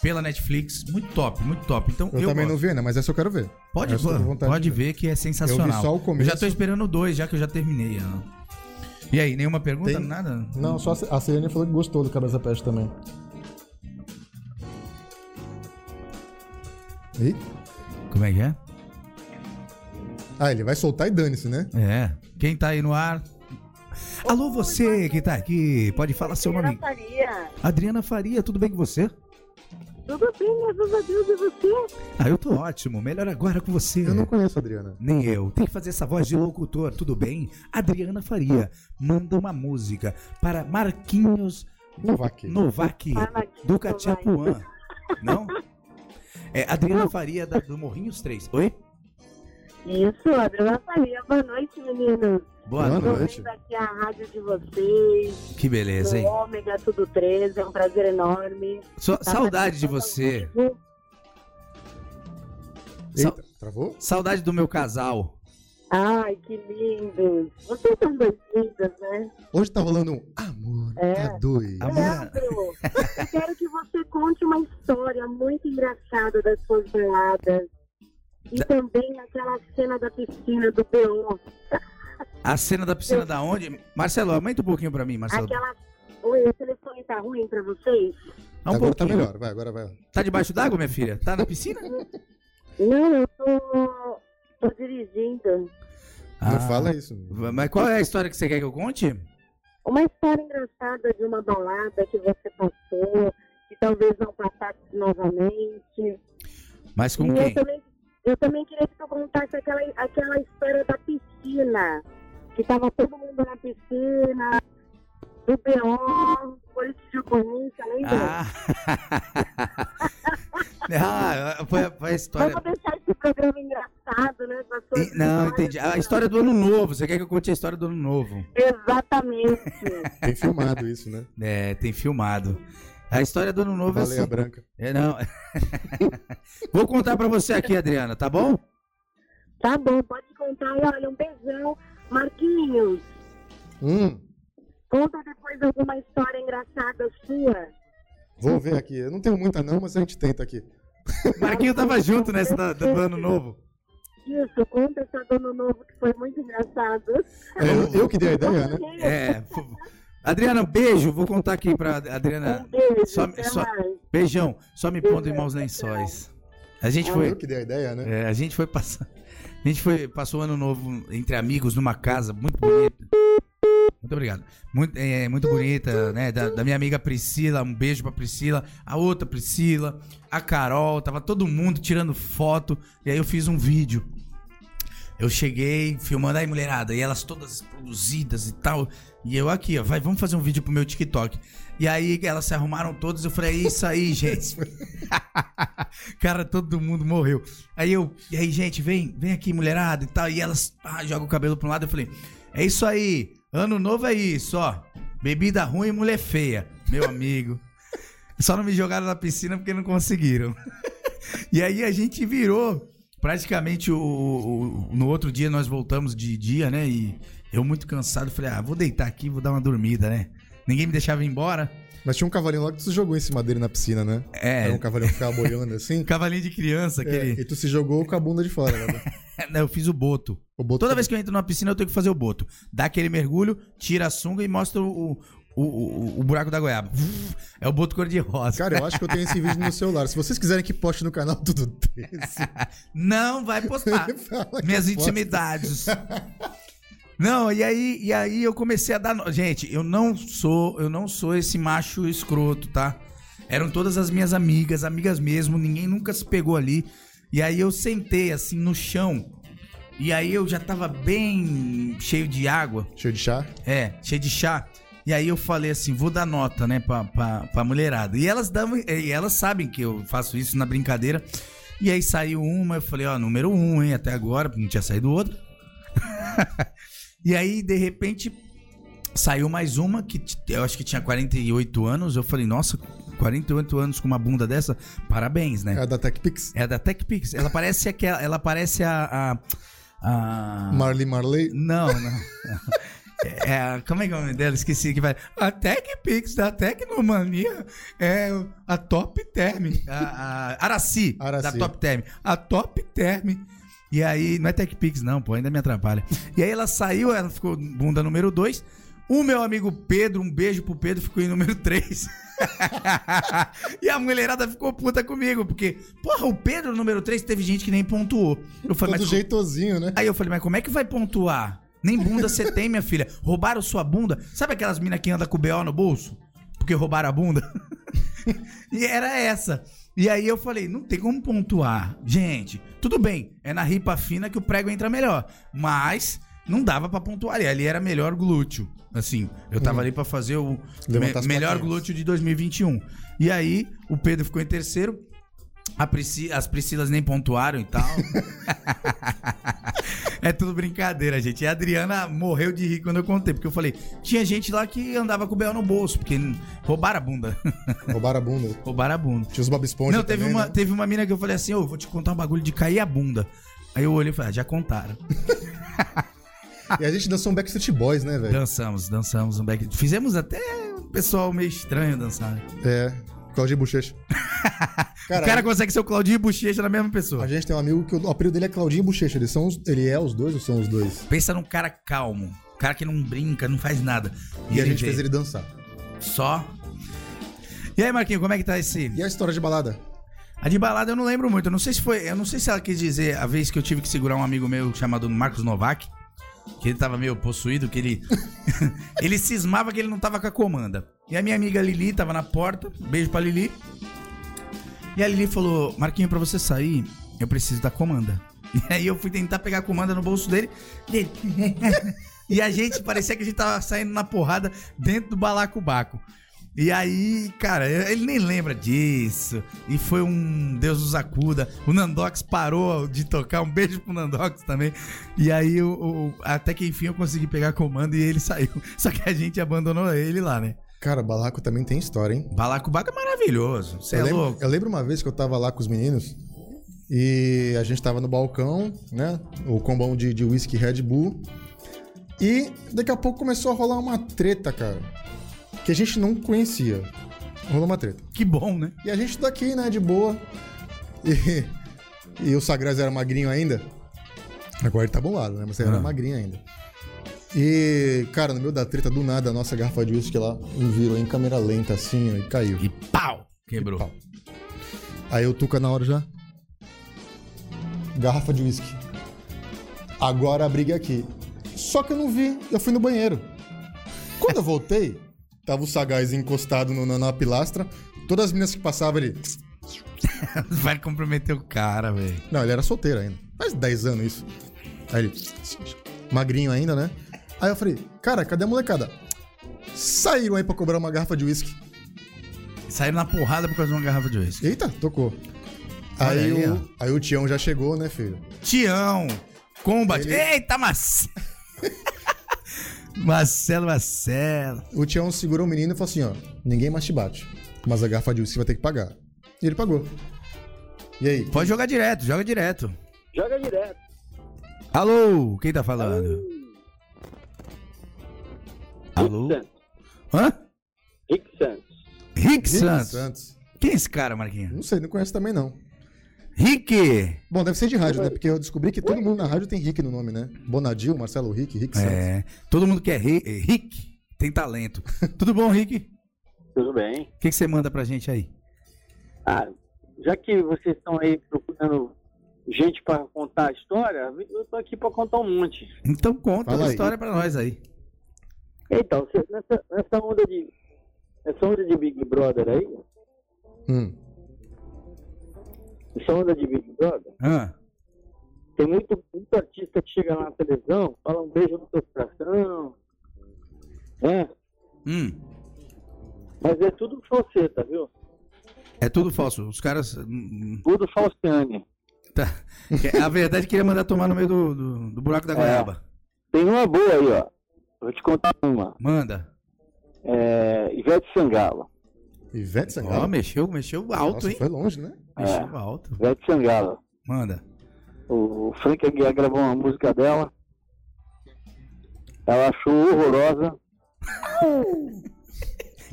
[SPEAKER 2] pela Netflix, muito top, muito top. Então
[SPEAKER 1] Eu,
[SPEAKER 2] eu,
[SPEAKER 1] também
[SPEAKER 2] gosto.
[SPEAKER 1] não vi, né? Mas essa eu quero ver.
[SPEAKER 2] Pode,
[SPEAKER 1] Essa eu tô com
[SPEAKER 2] mano,
[SPEAKER 1] vontade
[SPEAKER 2] pode
[SPEAKER 1] de
[SPEAKER 2] ver que é sensacional.
[SPEAKER 1] Eu vi só o começo.
[SPEAKER 2] já tô esperando dois, já que eu já terminei. Ana. E aí, nenhuma pergunta,
[SPEAKER 1] Tem-
[SPEAKER 2] nada?
[SPEAKER 4] Não, só a a Serena falou que gostou do Cabras da Peste também.
[SPEAKER 1] Ih.
[SPEAKER 2] Como é que é?
[SPEAKER 1] Ah, ele vai soltar e dane-se, né?
[SPEAKER 2] É. Quem tá aí no ar? Alô, você que tá aqui, pode falar seu nome.
[SPEAKER 5] Faria.
[SPEAKER 2] Adriana Faria, tudo bem com você?
[SPEAKER 5] Tudo bem, graças a Deus e você?
[SPEAKER 2] Ah, eu tô ótimo, melhor agora com você.
[SPEAKER 1] Eu não conheço a Adriana.
[SPEAKER 2] Nem eu. Tem que fazer essa voz de locutor, tudo bem? Adriana Faria, manda uma música para Marquinhos
[SPEAKER 1] Novak.
[SPEAKER 2] Novak,
[SPEAKER 5] Vai, Marquinhos
[SPEAKER 2] do
[SPEAKER 5] Novak.
[SPEAKER 2] Catiapuã. Não? É Adriana Faria, da- do Morrinhos 3. Oi?
[SPEAKER 5] Isso, Adriana Faria. Boa noite, meninos.
[SPEAKER 2] Boa
[SPEAKER 1] Boa
[SPEAKER 2] noite.
[SPEAKER 1] noite.
[SPEAKER 5] Tô vendo aqui a rádio de vocês,
[SPEAKER 2] Que beleza,
[SPEAKER 5] do
[SPEAKER 2] hein?
[SPEAKER 5] Ômega Tudo 13. É um prazer enorme.
[SPEAKER 2] Só-
[SPEAKER 5] Tá
[SPEAKER 2] saudade de
[SPEAKER 5] participando
[SPEAKER 2] você.
[SPEAKER 5] comigo.
[SPEAKER 2] Sa-
[SPEAKER 1] Eita, travou?
[SPEAKER 2] saudade do meu casal.
[SPEAKER 5] Ai, que lindos. Vocês são dois lindos, né?
[SPEAKER 1] Hoje tá rolando um amor
[SPEAKER 5] É.
[SPEAKER 1] a dois.
[SPEAKER 2] Amor.
[SPEAKER 5] Leandro, eu quero que você conte uma história muito engraçada das suas baladas. E também aquela cena da piscina do B.O.
[SPEAKER 2] A cena da piscina da onde? Marcelo, aumenta um pouquinho pra mim, Marcelo.
[SPEAKER 5] Aquela. Oi, o telefone tá ruim pra vocês?
[SPEAKER 2] Ah, um
[SPEAKER 1] agora tá
[SPEAKER 2] pouquinho.
[SPEAKER 1] melhor, vai, agora vai.
[SPEAKER 2] Tá debaixo d'água, minha filha? Tá na piscina?
[SPEAKER 5] Não, eu tô, tô dirigindo.
[SPEAKER 1] Não
[SPEAKER 2] Ah,
[SPEAKER 1] fala isso.
[SPEAKER 2] Mas qual é a história que você quer que eu conte?
[SPEAKER 5] Uma história engraçada de uma balada que você passou, que talvez não passasse novamente.
[SPEAKER 2] Mas com
[SPEAKER 5] e
[SPEAKER 2] quem?
[SPEAKER 5] eu também, eu também queria que tu contasse aquela, aquela história da piscina. Que tava todo mundo na piscina, do B.O., polícia de polícia, lembra?
[SPEAKER 2] Ah, ah foi, a- foi a
[SPEAKER 5] Mas
[SPEAKER 2] história.
[SPEAKER 5] vou deixar esse programa engraçado, né? com as suas
[SPEAKER 2] E- Não,
[SPEAKER 5] histórias.
[SPEAKER 2] entendi. A história do ano novo. Você quer que eu conte a história do ano novo?
[SPEAKER 5] Exatamente.
[SPEAKER 1] Tem filmado isso, né?
[SPEAKER 2] É, tem filmado. A história do ano novo é
[SPEAKER 1] Baleia
[SPEAKER 2] assim.
[SPEAKER 1] branca.
[SPEAKER 2] É, não. Vou contar pra você aqui, Adriana, tá bom?
[SPEAKER 5] tá bom, pode contar. E olha, um beijão. Marquinhos,
[SPEAKER 1] Hum,
[SPEAKER 5] Conta depois alguma história engraçada sua.
[SPEAKER 1] vou ver aqui. Eu não tenho muita não, mas a gente tenta aqui. É,
[SPEAKER 2] Marquinho tava junto nessa da- da- do ano novo.
[SPEAKER 5] Isso, conta essa do ano novo que foi muito engraçado. Um
[SPEAKER 1] É, eu, eu que dei a ideia, né?
[SPEAKER 2] É. fu- Adriana, um beijo. Vou contar aqui pra Adriana.
[SPEAKER 5] Um beijo,
[SPEAKER 2] é, Só-
[SPEAKER 5] até
[SPEAKER 2] só-
[SPEAKER 5] mais.
[SPEAKER 2] Beijão. Só me pondo em maus lençóis. A gente foi.
[SPEAKER 1] Eu que dei a ideia, né?
[SPEAKER 2] É, a gente foi passar. A gente foi, passou o ano novo entre amigos numa casa muito bonita. Muito obrigado. Muito, é, muito bonita, né? Da, da minha amiga Priscila, um beijo pra Priscila. A outra Priscila, a Carol, tava todo mundo tirando foto. E aí eu fiz um vídeo. Eu cheguei filmando aí, mulherada, e elas todas produzidas e tal. E eu aqui, ó, vai, vamos fazer um vídeo pro meu TikTok. E aí elas se arrumaram todas, eu falei, é isso aí, gente. Cara, todo mundo morreu. Aí eu, e aí, gente, vem, vem aqui, mulherada e tal. E elas ah, jogam o cabelo pra um lado. Eu falei, é isso aí, ano novo é isso, ó. Bebida ruim e mulher feia, meu amigo. Só não me jogaram na piscina porque não conseguiram. e aí a gente virou. Praticamente o, o- o- no outro dia nós voltamos de dia, né? E eu muito cansado, falei, ah, vou deitar aqui, vou dar uma dormida, né? Ninguém me deixava ir embora.
[SPEAKER 1] Mas tinha um cavalinho lá que tu se jogou em cima dele na piscina, né?
[SPEAKER 2] É, um
[SPEAKER 1] Era um cavalinho que ficava boiando assim.
[SPEAKER 2] cavalinho de criança, aquele.
[SPEAKER 1] É, e tu se jogou com a bunda de fora, né?
[SPEAKER 2] Eu fiz o boto.
[SPEAKER 1] O boto
[SPEAKER 2] Toda vez que eu entro numa piscina, eu tenho que fazer o boto. Dá aquele mergulho, tira a sunga e mostra o, o, o, o buraco da goiaba. É o boto cor-de-rosa.
[SPEAKER 1] Cara, eu acho que eu tenho esse vídeo no celular. Se vocês quiserem que poste no canal tudo desse,
[SPEAKER 2] Não vai postar.
[SPEAKER 1] fala que é
[SPEAKER 2] Minhas
[SPEAKER 1] poste.
[SPEAKER 2] intimidades. Não, e aí, e aí eu comecei a dar. no- Gente, eu não sou, eu não sou esse macho escroto, tá? Eram todas as minhas amigas, amigas mesmo, ninguém nunca se pegou ali. E aí eu sentei assim no chão. E aí eu já tava bem cheio de água.
[SPEAKER 1] Cheio de chá?
[SPEAKER 2] É, cheio de chá. E aí eu falei assim, vou dar nota, né, pra, pra, pra mulherada. E elas, dão, e elas sabem que eu faço isso na brincadeira. E aí saiu uma, eu falei, ó, número um, hein, até agora, porque não tinha saído outra. e aí, de repente, saiu mais uma que t- eu acho que tinha 48 anos. Eu falei, nossa, 48 anos com uma bunda dessa? Parabéns, né?
[SPEAKER 1] É da TechPix.
[SPEAKER 2] É da TechPix. Ela parece aquela. Ela parece a. a, a-
[SPEAKER 1] Marley Marley.
[SPEAKER 2] Não, não. É, a- como é que é o nome dela? Esqueci que vai. A TechPix da Tecnomania é a Top Term. A, a Araci,
[SPEAKER 1] Araci.
[SPEAKER 2] da Top Term. A Top Term. E aí, não é TechPix, não, pô, ainda me atrapalha. E aí ela saiu, ela ficou bunda número 2. O meu amigo Pedro, um beijo pro Pedro, ficou em número 3. e a mulherada ficou puta comigo, porque, porra, o Pedro número 3 teve gente que nem pontuou. Eu falei,
[SPEAKER 1] Todo
[SPEAKER 2] mas
[SPEAKER 1] jeitosinho, né?
[SPEAKER 2] Aí eu falei, mas como é que vai pontuar? Nem bunda você tem, minha filha. Roubaram sua bunda. Sabe aquelas minas que andam com o BO no bolso? Porque roubaram a bunda? e era essa. E aí eu falei, não tem como pontuar. Gente, tudo bem, é na ripa fina que o prego entra melhor. Mas não dava pra pontuar ali. Ali era melhor glúteo. Assim, eu tava ali pra fazer o
[SPEAKER 1] Hum. Levantar as
[SPEAKER 2] me- melhor
[SPEAKER 1] plaquinhas.
[SPEAKER 2] glúteo de 2021. E aí, o Pedro ficou em terceiro. A Prisci- as Priscilas nem pontuaram e tal. é tudo brincadeira, gente. E a Adriana morreu de rir quando eu contei, porque eu falei, tinha gente lá que andava com o Bel no bolso, porque roubaram a bunda.
[SPEAKER 1] Roubaram a bunda.
[SPEAKER 2] roubaram a bunda.
[SPEAKER 1] Tinha os Bob Esponja
[SPEAKER 2] Não, teve
[SPEAKER 1] também,
[SPEAKER 2] uma,
[SPEAKER 1] né?
[SPEAKER 2] teve uma mina que eu falei assim, ô, vou te contar um bagulho de cair a bunda. Aí eu olhei e falei, ah, já contaram.
[SPEAKER 1] E a gente dançou um Backstreet Boys, né, velho?
[SPEAKER 2] dançamos, dançamos um back. Fizemos até um pessoal meio estranho dançar. né?
[SPEAKER 1] É. Claudinho Bochecha.
[SPEAKER 2] o cara consegue ser o Claudinho e Bochecha na mesma pessoa.
[SPEAKER 1] A gente tem um amigo que o o apelido dele é Claudinho Bochecha. Eles são os- ele é os dois ou são os dois?
[SPEAKER 2] Pensa num cara calmo. um Cara que não brinca, não faz nada.
[SPEAKER 1] E a gente
[SPEAKER 2] veio
[SPEAKER 1] fez ele dançar.
[SPEAKER 2] Só. E aí, Marquinho, como é que tá esse?
[SPEAKER 1] E a história de balada?
[SPEAKER 2] A de balada eu não lembro muito. Eu não sei se foi. Eu não sei se ela quis dizer a vez que eu tive que segurar um amigo meu chamado Marcos Novak. Que ele tava meio possuído, que ele. ele cismava que ele não tava com a comanda. E a minha amiga Lili tava na porta. Beijo pra Lili. E a Lili falou: Marquinho, pra você sair, eu preciso da comanda. E aí eu fui tentar pegar a comanda no bolso dele. E, ele... e a gente parecia que a gente tava saindo na porrada dentro do balacobaco. E aí, cara, ele nem lembra disso. E foi um Deus nos acuda. O Nandox parou de tocar. Um beijo pro Nandox também. E aí, o- o- até que enfim eu consegui pegar a comanda e ele saiu. Só que a gente abandonou ele lá, né?
[SPEAKER 1] Cara, balaco também tem história, hein?
[SPEAKER 2] Balacobaco é maravilhoso. Você é
[SPEAKER 1] eu, lembro,
[SPEAKER 2] louco.
[SPEAKER 1] eu lembro uma vez que eu tava lá com os meninos e a gente tava no balcão, né? O combão de, de whisky Red Bull. E daqui a pouco começou a rolar uma treta, cara. Que a gente não conhecia. Rolou uma treta.
[SPEAKER 2] Que bom, né?
[SPEAKER 1] E a gente daqui, né, de boa. E, e o Sagraz era magrinho ainda. Agora ele tá bolado, né? Mas ele era
[SPEAKER 2] Ah.
[SPEAKER 1] magrinho ainda. E, cara, no meio da treta, do nada, a nossa garrafa de uísque lá virou em câmera lenta assim ó, e caiu.
[SPEAKER 2] E pau! Quebrou.
[SPEAKER 1] Pau. Aí o Tuca na hora já. Garrafa de uísque. Agora a briga é aqui. Só que eu não vi, eu fui no banheiro. Quando eu voltei, tava o Sagaz encostado no, na, na pilastra. Todas as meninas que passavam ele.
[SPEAKER 2] Vai comprometer o cara, velho.
[SPEAKER 1] Não, ele era solteiro ainda. Faz 10 anos isso. Aí ele. Magrinho ainda, né? Aí eu falei, cara, cadê a molecada? Saíram aí pra cobrar uma garrafa de uísque.
[SPEAKER 2] Saíram na porrada por causa de uma garrafa de uísque.
[SPEAKER 1] Eita, tocou.
[SPEAKER 2] Olha
[SPEAKER 1] Aí,
[SPEAKER 2] aí,
[SPEAKER 1] o, aí o Tião já chegou, né, filho?
[SPEAKER 2] Tião, Combat.
[SPEAKER 1] Ele-
[SPEAKER 2] Eita, mas... Marcelo, Marcelo.
[SPEAKER 1] O Tião segurou o menino e falou assim, ó, ninguém mais te bate. Mas a garrafa de uísque vai ter que pagar. E ele pagou. E aí?
[SPEAKER 2] Pode jogar direto, joga direto.
[SPEAKER 5] Joga direto.
[SPEAKER 2] Alô, quem tá falando? Alô?
[SPEAKER 5] Santos.
[SPEAKER 2] Hã?
[SPEAKER 5] Rick Santos. Hum?
[SPEAKER 2] Rick
[SPEAKER 1] Rick
[SPEAKER 2] Santos. Quem é esse cara, Marquinhos?
[SPEAKER 1] Não sei, não conhece também não.
[SPEAKER 2] Rick!
[SPEAKER 1] Bom, deve ser de rádio, né? Porque eu descobri que todo mundo na rádio tem Rick no nome, né? Bonadil, Marcelo Rick, Rick Santos.
[SPEAKER 2] É, todo mundo que é Ri- é Rick tem talento. Tudo bom, Rick? O
[SPEAKER 5] Tudo bem?
[SPEAKER 2] que, que você manda pra gente aí?
[SPEAKER 5] Ah, já que vocês estão aí procurando gente para contar a história, eu tô aqui para contar um monte.
[SPEAKER 2] Então conta
[SPEAKER 1] Fala
[SPEAKER 2] a
[SPEAKER 1] aí.
[SPEAKER 2] história pra nós aí.
[SPEAKER 5] Então, cê- nessa, nessa onda de nessa onda de Big Brother aí,
[SPEAKER 1] Hum.
[SPEAKER 5] essa onda de Big Brother,
[SPEAKER 2] Hã?
[SPEAKER 5] tem muito, muito artista que chega lá na televisão, fala um beijo no seu coração, né?
[SPEAKER 2] Hum,
[SPEAKER 6] Mas é tudo falseta, viu?
[SPEAKER 2] é tudo falso. Os caras. hum,
[SPEAKER 6] Tudo falciane.
[SPEAKER 2] Tá. A verdade é queria mandar tomar no meio do, do, do buraco da goiaba.
[SPEAKER 6] Tem uma boa aí, ó. Vou te contar uma.
[SPEAKER 2] Manda.
[SPEAKER 6] É, Ivete Sangalo.
[SPEAKER 1] Ivete
[SPEAKER 2] Ó,
[SPEAKER 1] Sangalo.
[SPEAKER 2] mexeu, mexeu alto,
[SPEAKER 1] Nossa,
[SPEAKER 2] hein?
[SPEAKER 1] foi longe, né?
[SPEAKER 2] Mexeu alto.
[SPEAKER 6] Ivete Sangalo.
[SPEAKER 2] Manda.
[SPEAKER 6] O Frank Aguiar gravou uma música dela. Ela achou horrorosa.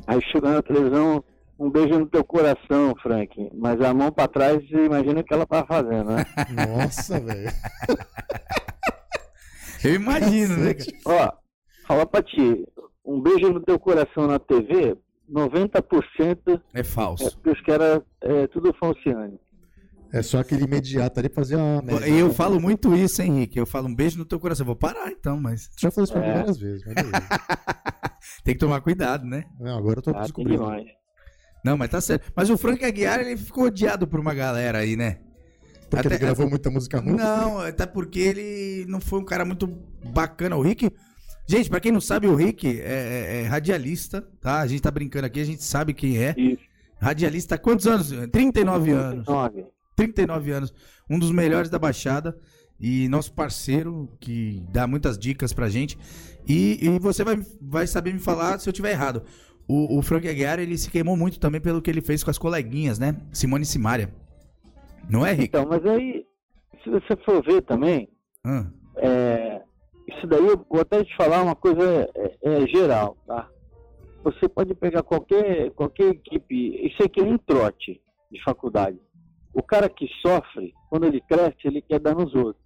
[SPEAKER 6] Aí chegou na televisão, um beijo no teu coração, Frank. Mas a mão pra trás, você imagina o que ela tá fazendo, né?
[SPEAKER 1] Nossa, velho.
[SPEAKER 2] Eu imagino, né? cara?
[SPEAKER 6] Ó, falar pra ti, um beijo no teu coração na TV, 90%
[SPEAKER 2] É
[SPEAKER 6] é
[SPEAKER 2] falso.
[SPEAKER 6] porque os caras é tudo falciane.
[SPEAKER 1] É só aquele imediato ali pra fazer uma merda.
[SPEAKER 2] E eu falo muito isso, hein, Henrique. Eu falo um beijo no teu coração. Vou parar então, mas
[SPEAKER 1] Já falei isso pra mim
[SPEAKER 6] É.
[SPEAKER 1] várias vezes, mas beleza.
[SPEAKER 2] tem que tomar cuidado, né?
[SPEAKER 1] Não, agora eu tô
[SPEAKER 6] Ah, tem
[SPEAKER 1] descobrindo.
[SPEAKER 6] demais.
[SPEAKER 2] Não, mas tá certo. Mas o Frank Aguiar, ele ficou odiado por uma galera aí, né?
[SPEAKER 1] Porque
[SPEAKER 2] Até-
[SPEAKER 1] ele gravou muita música ruim.
[SPEAKER 2] Não, até porque ele não foi um cara muito bacana. O Rick. Gente, pra quem não sabe, o Rick é, é- é radialista, tá? A gente tá brincando aqui, a gente sabe quem é.
[SPEAKER 6] Isso.
[SPEAKER 2] Radialista, há quantos anos? 39 anos.
[SPEAKER 6] 9.
[SPEAKER 2] 39 anos. Um dos melhores da Baixada. E nosso parceiro, que dá muitas dicas pra gente. E, e você vai, vai saber me falar se eu tiver errado. O, o Frank Aguiar, ele se queimou muito também pelo que ele fez com as coleguinhas, né? Simone e Simária. Não é, Rick?
[SPEAKER 6] Então, mas aí, se você for ver também,
[SPEAKER 2] Hã?
[SPEAKER 6] é, isso daí eu vou até te falar uma coisa é, é, geral, tá? Você pode pegar qualquer, qualquer equipe, isso aqui é um trote de faculdade. O cara que sofre, quando ele cresce, ele quer dar nos outros.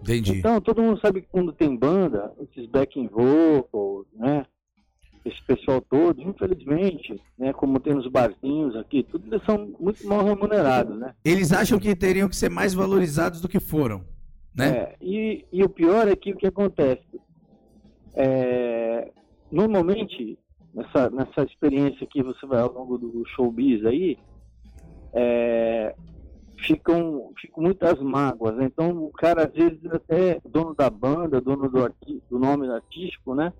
[SPEAKER 2] Entendi.
[SPEAKER 6] Então, todo mundo sabe que quando tem banda, esses backing vocals, né? Esse pessoal todo, infelizmente, né? Como tem nos barzinhos aqui, tudo eles são muito mal remunerados, né?
[SPEAKER 2] Eles acham que teriam que ser mais valorizados do que foram, né?
[SPEAKER 6] É, e, e o pior é que o que acontece? É, normalmente, nessa, nessa experiência que você vai ao longo do showbiz aí, é, ficam, ficam muitas mágoas. né? Então, o cara, às vezes, até dono da banda, dono do, arti- do nome artístico, né?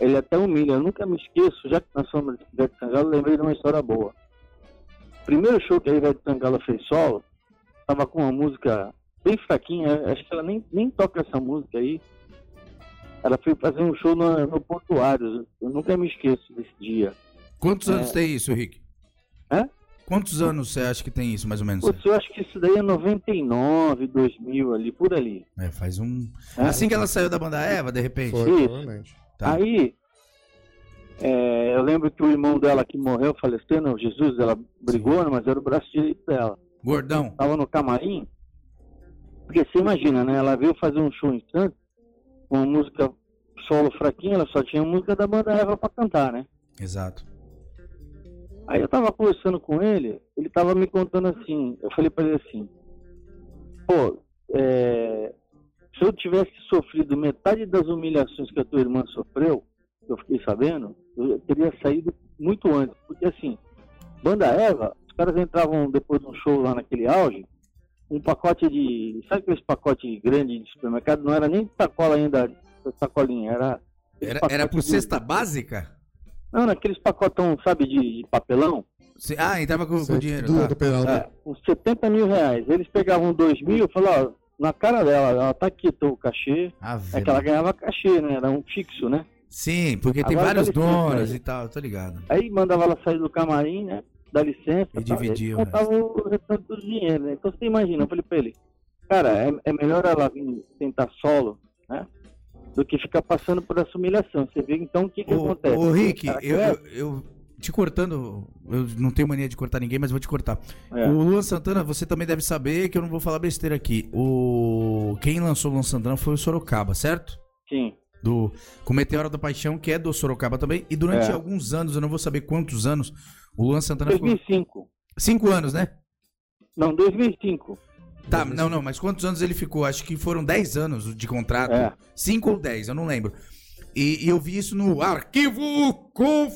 [SPEAKER 6] Ele até humilha. Eu nunca me esqueço, já que nós somos de Ivete Sangalo, eu lembrei de uma história boa. Primeiro show que a Ivete Sangalo fez solo, tava com uma música bem fraquinha, acho que ela nem, nem toca essa música aí. Ela foi fazer um show no, no Portuários, eu nunca me esqueço desse dia.
[SPEAKER 2] Quantos
[SPEAKER 6] É.
[SPEAKER 2] anos tem isso, Rick?
[SPEAKER 6] Hã?
[SPEAKER 2] Quantos anos você acha que tem isso, mais ou menos?
[SPEAKER 6] Putz, eu acho que isso daí é 99, 2000 ali, por ali.
[SPEAKER 2] É, faz um.
[SPEAKER 6] né?
[SPEAKER 2] Assim que ela saiu da banda Eva, de repente.
[SPEAKER 1] Foi,
[SPEAKER 6] Isso.
[SPEAKER 1] provavelmente.
[SPEAKER 2] tá.
[SPEAKER 6] Aí, é, eu lembro que o irmão dela que morreu falecendo, o Jesus, ela brigou, né, mas era o braço direito dela.
[SPEAKER 2] Gordão.
[SPEAKER 6] tava no camarim, porque você imagina, né? Ela veio fazer um show em Santos, com uma música solo fraquinha, ela só tinha música da banda Eva pra cantar, né?
[SPEAKER 2] Exato.
[SPEAKER 6] Aí eu tava conversando com ele, ele tava me contando assim, eu falei pra ele assim, pô, é, se eu tivesse sofrido metade das humilhações que a tua irmã sofreu, que eu fiquei sabendo, eu teria saído muito antes, porque assim, banda Eva, os caras entravam depois de um show lá naquele auge, um pacote de, sabe aqueles pacote grande de supermercado, não era nem de sacola ainda, sacolinha, era...
[SPEAKER 2] Era, era por
[SPEAKER 6] pacote de-
[SPEAKER 2] cesta básica?
[SPEAKER 6] Não, naqueles pacotão, sabe, de- de papelão.
[SPEAKER 2] Se- Ah, entrava com, com
[SPEAKER 1] Isso,
[SPEAKER 2] dinheiro.
[SPEAKER 1] do,
[SPEAKER 2] tá.
[SPEAKER 1] do pedal, né?
[SPEAKER 6] É, uns 70 mil reais. Eles pegavam 2 mil e falavam, ó, na cara dela, ela tá aqui, teu cachê.
[SPEAKER 2] Ave
[SPEAKER 6] É que ela
[SPEAKER 2] Maria.
[SPEAKER 6] ganhava cachê, né? Era um fixo, né?
[SPEAKER 2] Sim, porque tem
[SPEAKER 6] Agora
[SPEAKER 2] vários
[SPEAKER 6] dá licença,
[SPEAKER 2] donos
[SPEAKER 6] né?
[SPEAKER 2] e tal, tô ligado.
[SPEAKER 6] Aí mandava ela sair do camarim, né? Dá licença.
[SPEAKER 2] E
[SPEAKER 6] tal,
[SPEAKER 2] dividia né? o
[SPEAKER 6] aí contava o restante do dinheiro, né? Então você imagina, eu falei pra ele, cara, é, é melhor ela vir tentar solo, né? Do que ficar passando por essa humilhação. Você vê então o que, que
[SPEAKER 2] Ô,
[SPEAKER 6] acontece.
[SPEAKER 2] ô, Rick,
[SPEAKER 6] Cara,
[SPEAKER 2] eu,
[SPEAKER 6] é-
[SPEAKER 2] eu, eu- te cortando, eu não tenho mania de cortar ninguém, mas vou te cortar.
[SPEAKER 6] é.
[SPEAKER 2] O Luan Santana, você também deve saber que eu não vou falar besteira aqui. O quem lançou o Luan Santana foi o Sorocaba, certo?
[SPEAKER 6] Sim.
[SPEAKER 2] Do com Meteora da Paixão, que é do Sorocaba também. E durante
[SPEAKER 6] É.
[SPEAKER 2] alguns anos, eu não vou saber quantos anos, o Luan Santana ficou
[SPEAKER 6] 2005.
[SPEAKER 2] cinco anos, né?
[SPEAKER 6] Não, 2005.
[SPEAKER 2] Tá, não, não, mas quantos anos ele ficou? Acho que foram 10 anos de contrato.
[SPEAKER 6] É.
[SPEAKER 2] 5 ou 10, eu não lembro. E, e eu vi isso no arquivo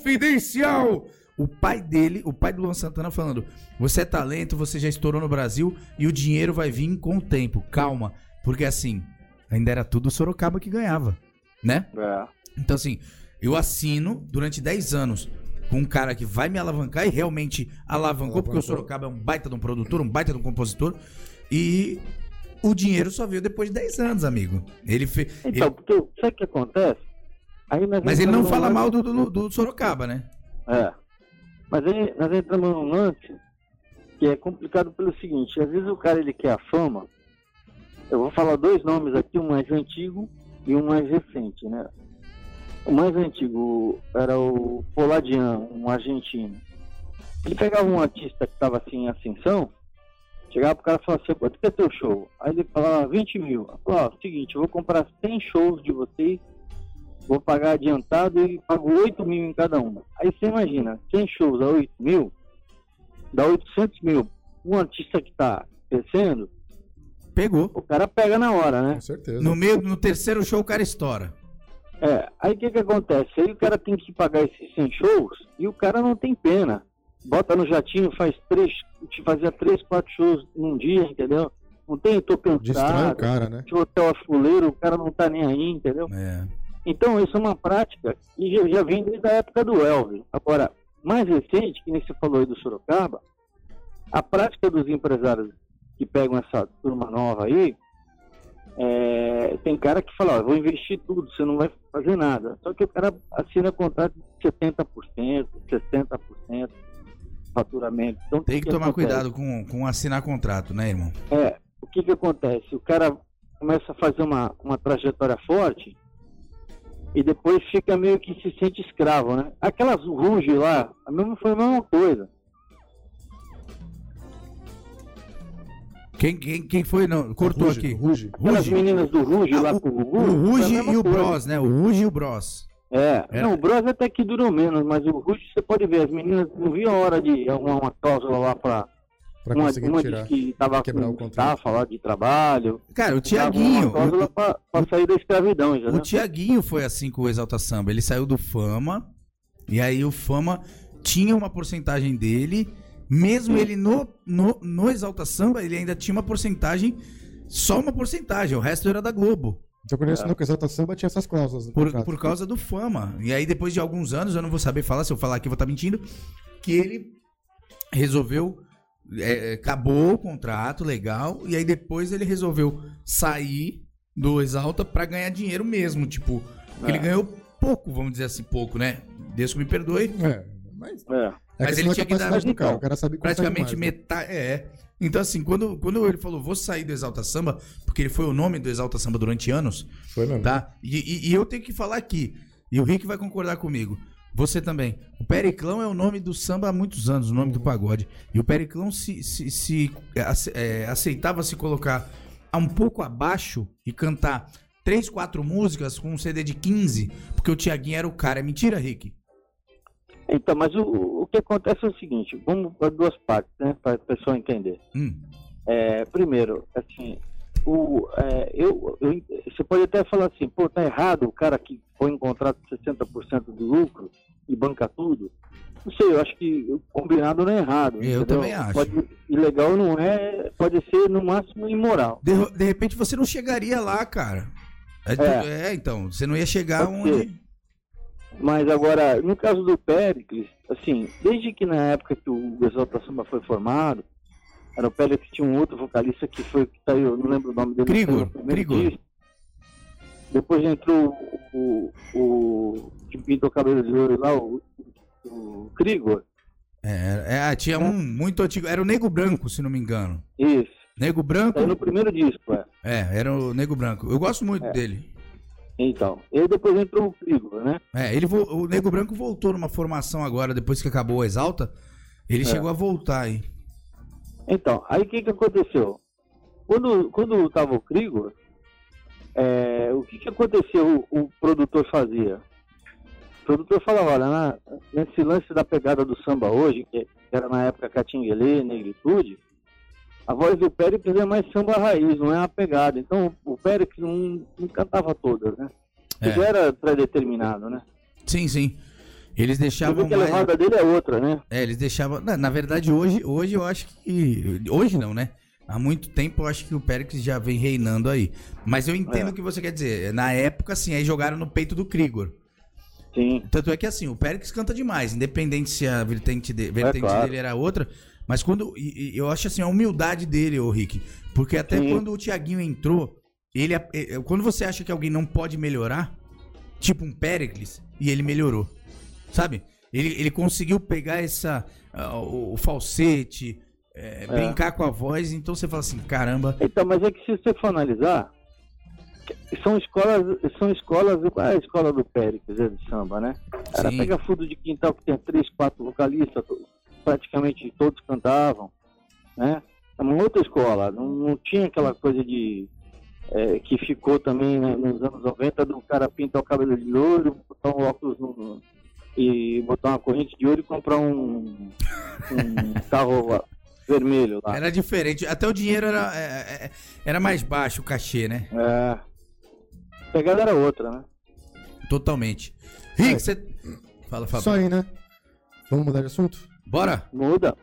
[SPEAKER 2] confidencial. O pai dele, o pai do Luan Santana falando: "Você é talento, você já estourou no Brasil e o dinheiro vai vir com o tempo. Calma, porque assim, ainda era tudo o Sorocaba que ganhava, né?
[SPEAKER 6] É.
[SPEAKER 2] Então assim, Eu assino durante 10 anos com um cara que vai me alavancar e realmente alavancou, porque o Sorocaba é um baita de um produtor, um baita de um compositor. E o dinheiro só veio depois de 10 anos, amigo. Ele fez.
[SPEAKER 6] Então, porque sabe o que acontece? Aí nós
[SPEAKER 2] Mas ele não
[SPEAKER 6] entramos num
[SPEAKER 2] fala
[SPEAKER 6] lance-
[SPEAKER 2] mal do, do- do Sorocaba, né?
[SPEAKER 6] É. Mas aí nós entramos num lance que é complicado pelo seguinte, às vezes o cara ele quer a fama, eu vou falar dois nomes aqui, um mais antigo e um mais recente, né? O mais antigo era o Poladian, um argentino. Ele pegava um artista que estava assim em ascensão, chegava pro cara e falava assim, quanto que é teu show? Aí ele falava, 20 mil. Eu falava, ó, seguinte, eu vou comprar 100 shows de vocês vou pagar adiantado e pago 8 mil em cada uma. Aí você imagina, 100 shows a 8 mil, dá 800 mil. Um artista que tá crescendo,
[SPEAKER 2] Pegou.
[SPEAKER 6] o cara pega na hora, né?
[SPEAKER 1] Com certeza.
[SPEAKER 2] No meio, no terceiro show, o cara estoura.
[SPEAKER 6] É, aí o que que acontece? Aí o cara tem que pagar esses 100 shows e o cara não tem pena. Bota no jatinho, faz três, te fazia três, quatro shows num dia, entendeu? Não tem, eu tô
[SPEAKER 1] Distrai o
[SPEAKER 6] cansado,
[SPEAKER 1] cara, né?
[SPEAKER 6] de hotel a fuleiro, o cara não tá nem aí, entendeu?
[SPEAKER 2] É.
[SPEAKER 6] Então, isso é uma prática que já, já vem desde a época do Elvio. Agora, mais recente, que nem você falou aí do Sorocaba, a prática dos empresários que pegam essa turma nova aí, é, tem cara que fala, ó, eu vou investir tudo, você não vai fazer nada. Só que o cara assina contrato de 70%, 60% faturamento. Então,
[SPEAKER 2] Tem
[SPEAKER 6] o
[SPEAKER 2] que tomar
[SPEAKER 6] acontece?
[SPEAKER 2] cuidado com, com assinar contrato, né, irmão?
[SPEAKER 6] É, o que que acontece? O cara começa a fazer uma, uma trajetória forte e depois fica meio que se sente escravo, né? Aquelas ruge lá, a mesma, foi a mesma coisa.
[SPEAKER 2] Quem, quem, quem foi? Não, cortou
[SPEAKER 1] Ruge,
[SPEAKER 2] aqui.
[SPEAKER 1] Ruge.
[SPEAKER 6] Aquelas
[SPEAKER 2] Ruge.
[SPEAKER 6] meninas do ruge
[SPEAKER 2] Ah,
[SPEAKER 6] lá
[SPEAKER 2] o-
[SPEAKER 6] pro Gugu.
[SPEAKER 2] O
[SPEAKER 6] foi a
[SPEAKER 2] Ruge
[SPEAKER 6] mesma
[SPEAKER 2] e o
[SPEAKER 6] coisa.
[SPEAKER 2] Bros, né? O Ruge e o Bros.
[SPEAKER 6] É,
[SPEAKER 2] Era.
[SPEAKER 6] não, o Bros até que durou menos, mas o ruge você pode ver, as meninas não viam a hora de arrumar uma cláusula lá pra...
[SPEAKER 1] Pra
[SPEAKER 6] uma
[SPEAKER 1] conseguir
[SPEAKER 6] uma
[SPEAKER 1] tirar.
[SPEAKER 6] disse que tava
[SPEAKER 1] quebrar o
[SPEAKER 6] com
[SPEAKER 1] contrato.
[SPEAKER 6] estafa lá de trabalho.
[SPEAKER 2] Cara, o
[SPEAKER 6] arrumou
[SPEAKER 2] Tiaguinho.
[SPEAKER 6] Uma cláusula pra, pra sair da escravidão já,
[SPEAKER 2] O
[SPEAKER 6] né?
[SPEAKER 2] Tiaguinho foi assim com o Exalta Samba. Ele saiu do Fama. E aí o Fama tinha uma porcentagem dele. Mesmo ele no, no, no Exalta Samba, ele ainda tinha uma porcentagem. Só uma porcentagem. O resto era da Globo.
[SPEAKER 1] Então,
[SPEAKER 4] Eu conheço no Exalta Samba, tinha essas cláusulas. no
[SPEAKER 2] É. Por,
[SPEAKER 4] contrato.
[SPEAKER 2] por causa do Fama. E aí depois de alguns anos, eu não vou saber falar. Se eu falar aqui, eu vou estar mentindo. Que ele resolveu. é, é, acabou o contrato, legal. E aí depois ele resolveu sair do Exalta pra ganhar dinheiro mesmo. Tipo, porque ele
[SPEAKER 6] É.
[SPEAKER 2] ganhou pouco, vamos dizer assim, pouco, né? Deus que me perdoe.
[SPEAKER 4] É, mas
[SPEAKER 6] É.
[SPEAKER 4] é
[SPEAKER 2] Mas
[SPEAKER 4] questão
[SPEAKER 2] ele
[SPEAKER 4] da
[SPEAKER 2] tinha que dar-
[SPEAKER 4] capacidade do cara. O cara sabe consegue
[SPEAKER 2] Praticamente
[SPEAKER 4] mais, né?
[SPEAKER 2] metade. É. Então, assim, quando, quando ele falou, vou sair do Exalta Samba, porque ele foi o nome do Exalta Samba durante anos,
[SPEAKER 1] Foi mesmo.
[SPEAKER 2] tá? E, e- e eu tenho que falar aqui, e o Rick vai concordar comigo. Você também. O Periclão é o nome do samba há muitos anos, o nome do pagode. E o Periclão se, se, se, ace- é, aceitava se colocar a um pouco abaixo e cantar três, quatro músicas com um CD de 15, porque o Tiaguinho era o cara. É mentira, Rick?
[SPEAKER 6] Então, mas o, o que acontece é o seguinte, vamos para duas partes, né, para a pessoa entender.
[SPEAKER 2] Hum.
[SPEAKER 6] É, primeiro, assim, o, é, eu, eu- você pode até falar assim, pô, tá errado o cara que põe um contrato de 60% de lucro e banca tudo. Não sei, eu acho que o combinado não é errado.
[SPEAKER 2] Eu
[SPEAKER 6] entendeu?
[SPEAKER 2] também acho.
[SPEAKER 6] Pode, ilegal não é, pode ser no máximo imoral.
[SPEAKER 2] De, de repente você não chegaria lá, cara. É, tu- é, então, você não ia chegar
[SPEAKER 6] Pode
[SPEAKER 2] onde.
[SPEAKER 6] Mas agora, no caso do Péricles, assim, desde que na época que o Exalta Samba foi formado, era o Péricles que tinha um outro vocalista que foi, que saiu, eu não lembro o nome dele.
[SPEAKER 2] Grigor,
[SPEAKER 6] foi no primeiro
[SPEAKER 2] Grigor.
[SPEAKER 6] disco. Depois entrou o, o, o que pintou o cabelo de ouro lá, o, o Grigor.
[SPEAKER 2] É, é, tinha um muito antigo. Era o Nego Branco, se não me engano.
[SPEAKER 6] Isso.
[SPEAKER 2] Nego Branco?
[SPEAKER 6] Saiu no primeiro disco, é.
[SPEAKER 2] É, era o Nego Branco. Eu gosto muito dele.
[SPEAKER 6] Então. E aí depois entrou o Grigor, né?
[SPEAKER 2] É, ele vo- o Nego Branco voltou numa formação agora, depois que acabou o Exalta. Ele chegou a voltar aí.
[SPEAKER 6] Então, aí o que, que aconteceu? Quando, quando estava o Krigor, é, o que, que aconteceu o, o produtor fazia? O produtor falava, olha, na- nesse lance da pegada do samba hoje, que era na época Catinguelê, Negritude, a voz do Péricles é mais samba raiz, não é uma pegada. Então o Péricles não, não cantava todas, né?
[SPEAKER 2] É.
[SPEAKER 6] Ele já era predeterminado, né?
[SPEAKER 2] Sim, sim. Eles
[SPEAKER 6] Você vê
[SPEAKER 2] deixavam
[SPEAKER 6] que a
[SPEAKER 2] mais.
[SPEAKER 6] levada dele é outra, né?
[SPEAKER 2] É, eles deixavam. Na, na verdade, hoje, hoje eu acho que. Hoje não, né? Há muito tempo eu acho que o Péricles já vem reinando aí. Mas eu entendo
[SPEAKER 6] É.
[SPEAKER 2] o que você quer dizer. Na época, assim, aí jogaram no peito do Krigor.
[SPEAKER 6] Sim,
[SPEAKER 2] Tanto é que assim, o Périx canta demais, independente se a vertente, de- vertente
[SPEAKER 6] claro.
[SPEAKER 2] dele era outra. Mas quando. e- e eu acho assim, a humildade dele, ô Rick. Porque até
[SPEAKER 6] Sim.
[SPEAKER 2] quando o Tiaguinho entrou, ele. a- eh, Quando você acha que alguém não pode melhorar, tipo um Péricles, e ele melhorou. Sabe? Ele, ele conseguiu pegar essa. ah, o, o falsete,
[SPEAKER 6] É.
[SPEAKER 2] eh, brincar com a voz, então você fala assim, caramba.
[SPEAKER 6] Então, mas é que se você for analisar, são escolas, são escolas, qual é a escola do Péricles é de samba, né? Era
[SPEAKER 2] Sim.
[SPEAKER 6] pega fundo de quintal que tem três, quatro vocalistas, to- praticamente todos cantavam, né? É uma outra escola, não, não tinha aquela coisa de é, que ficou também né, nos anos 90 do cara pintar o cabelo de louro, botar um óculos no- no, e botar uma corrente de ouro e comprar um, um carro ó, vermelho lá.
[SPEAKER 2] Era diferente. Até o dinheiro era, eh, eh, era mais baixo, o cachê, né?
[SPEAKER 6] É. A É. pegada era outra, né?
[SPEAKER 2] Totalmente. Rick,
[SPEAKER 4] É.
[SPEAKER 2] você. Fala, Fábio.
[SPEAKER 4] Isso aí, né? Vamos mudar de assunto?
[SPEAKER 2] Bora!
[SPEAKER 6] Muda.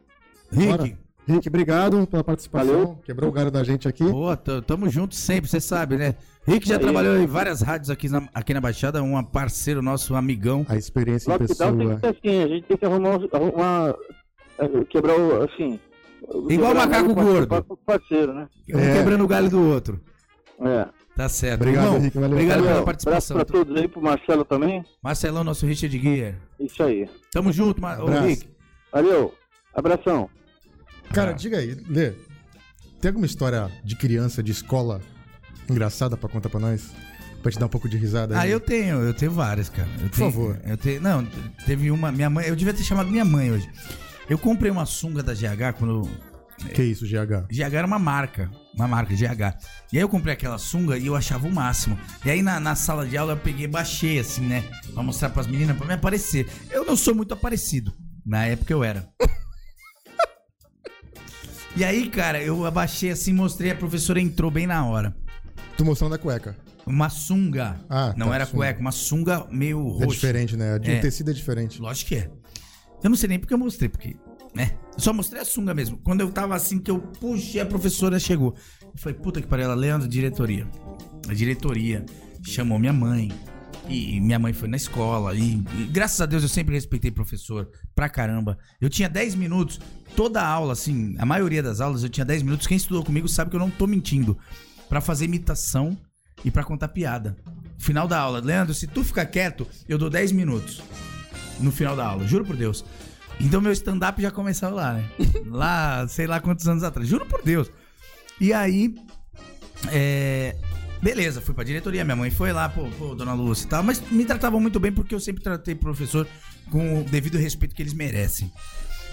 [SPEAKER 2] Rick!
[SPEAKER 4] Bora. Rick, obrigado pela participação.
[SPEAKER 6] Valeu.
[SPEAKER 4] Quebrou o galho da gente aqui.
[SPEAKER 2] Boa, t- tamo junto sempre, você sabe, né? Rick já
[SPEAKER 6] Aí.
[SPEAKER 2] trabalhou em várias rádios aqui na, aqui na Baixada, um parceiro nosso, um amigão.
[SPEAKER 4] A experiência em pessoa.
[SPEAKER 6] Lockdown tem que ser assim, a gente tem que arrumar, arrumar eh, quebrar o, assim...
[SPEAKER 2] Igual
[SPEAKER 6] quebrar
[SPEAKER 2] macaco
[SPEAKER 6] o
[SPEAKER 2] gordo.
[SPEAKER 6] parceiro- Parceiro, né?
[SPEAKER 2] Um
[SPEAKER 4] É.
[SPEAKER 2] quebrando o galho do outro.
[SPEAKER 6] É.
[SPEAKER 2] Tá certo.
[SPEAKER 4] Obrigado,
[SPEAKER 2] Irmão,
[SPEAKER 4] Rick. Valeu.
[SPEAKER 2] Obrigado
[SPEAKER 6] Valeu,
[SPEAKER 2] pela
[SPEAKER 6] abraço
[SPEAKER 2] participação. tá?
[SPEAKER 6] pra todos aí, pro Marcelo também.
[SPEAKER 2] Marcelão, nosso Richard Guia.
[SPEAKER 6] Isso aí.
[SPEAKER 2] Tamo junto, Ma- ô,
[SPEAKER 4] Abraço.
[SPEAKER 2] Rick.
[SPEAKER 6] Valeu. Abração.
[SPEAKER 1] Cara,
[SPEAKER 2] Ah.
[SPEAKER 1] diga aí, Lê. Tem alguma história de criança, de escola engraçada pra contar pra nós? Pra te dar um pouco de risada
[SPEAKER 2] Ah, eu tenho, eu tenho várias, cara. Eu tenho-
[SPEAKER 1] favor.
[SPEAKER 2] Eu tenho, não, teve uma, minha mãe, eu devia ter chamado minha mãe hoje. Eu comprei uma sunga da GH quando
[SPEAKER 1] Que isso, GH?
[SPEAKER 2] GH era uma marca, uma marca GH. E aí eu comprei aquela sunga e eu achava o máximo. E aí na, na sala de aula eu peguei, e baixei assim, né? Pra mostrar pras meninas, pra me aparecer. Eu não sou muito aparecido. Na época eu era. e aí, cara, eu abaixei assim, mostrei, a professora entrou bem na hora.
[SPEAKER 1] Tu mostrando a cueca.
[SPEAKER 2] Uma sunga.
[SPEAKER 1] Ah,
[SPEAKER 2] não
[SPEAKER 1] tá,
[SPEAKER 2] era
[SPEAKER 1] sunga.
[SPEAKER 2] cueca, uma sunga meio roxa.
[SPEAKER 1] É diferente, né? O
[SPEAKER 2] É.
[SPEAKER 1] tecido é diferente.
[SPEAKER 2] Lógico que é. Eu não sei nem porque eu mostrei, porque, né? Eu só mostrei a sunga mesmo. Quando eu tava assim, que eu puxei, a professora chegou. Eu falei, puta que pariu, ela, é Leandro, diretoria. A diretoria chamou minha mãe. E minha mãe foi na escola. E, e graças a Deus eu sempre respeitei professor pra caramba. Eu tinha 10 minutos, toda aula, assim, a maioria das aulas eu tinha 10 minutos. Quem estudou comigo sabe que eu não tô mentindo. Pra fazer imitação e pra contar piada. Final da aula, Leandro, se tu ficar quieto, eu dou 10 minutos no final da aula, juro por Deus. Então meu stand-up já começava lá, né? Lá, sei lá quantos anos atrás, juro por Deus. E aí, é, beleza, fui pra diretoria, minha mãe foi lá, pô, pô, dona Lúcia e tal, mas me tratavam muito bem porque eu sempre tratei professor com o devido respeito que eles merecem.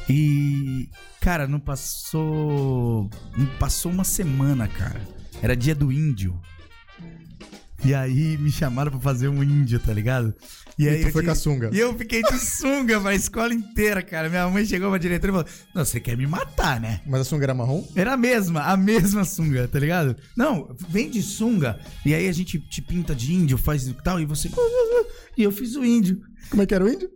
[SPEAKER 2] E, cara, não passou. Não passou uma semana, cara. Era dia do índio. E aí me chamaram pra fazer um índio, tá ligado?
[SPEAKER 1] E,
[SPEAKER 2] aí
[SPEAKER 1] tu
[SPEAKER 2] eu
[SPEAKER 1] foi
[SPEAKER 2] tive-
[SPEAKER 1] com a sunga.
[SPEAKER 2] e eu fiquei de sunga pra escola inteira, cara. Minha mãe chegou pra diretora e falou: Não, você quer me matar, né?
[SPEAKER 1] Mas a sunga era marrom?
[SPEAKER 2] Era a mesma, a mesma sunga, tá ligado? Não, vem de sunga e aí a gente te pinta de índio, faz tal, e você. E eu fiz o índio.
[SPEAKER 1] Como é que era o índio?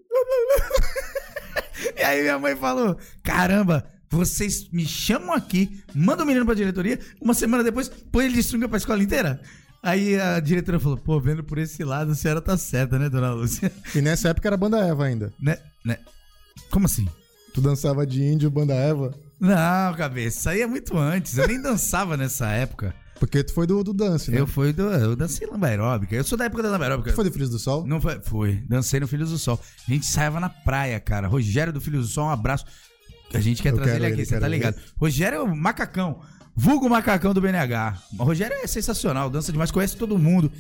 [SPEAKER 2] E aí minha mãe falou: Caramba, vocês me chamam aqui, mandam o menino pra diretoria, uma semana depois põe ele de sunga pra escola inteira. Aí a diretora falou: Pô, vendo por esse lado, a senhora tá certa, né, dona Lúcia?
[SPEAKER 1] E nessa época era banda Eva ainda.
[SPEAKER 2] Né? né? Como assim?
[SPEAKER 1] Tu dançava de índio, banda Eva.
[SPEAKER 2] Não, cabeça, isso aí é muito antes. Eu nem dançava nessa época.
[SPEAKER 1] Porque tu foi do, do dance, né?
[SPEAKER 2] Eu fui do. Eu dancei lamba aeróbica. Eu sou da época da lamba aeróbica.
[SPEAKER 1] Tu foi do Filhos do Sol?
[SPEAKER 2] Não foi, foi. Dancei no Filhos do Sol. A gente saiava na praia, cara. Rogério do Filhos do Sol, um abraço. A gente quer
[SPEAKER 1] Eu
[SPEAKER 2] trazer
[SPEAKER 1] quero
[SPEAKER 2] ele aqui,
[SPEAKER 1] ele,
[SPEAKER 2] você tá
[SPEAKER 1] quero
[SPEAKER 2] ligado? Rogério é o macacão. Vulgo macacão do BNH. O Rogério é sensacional, dança demais, conhece todo mundo.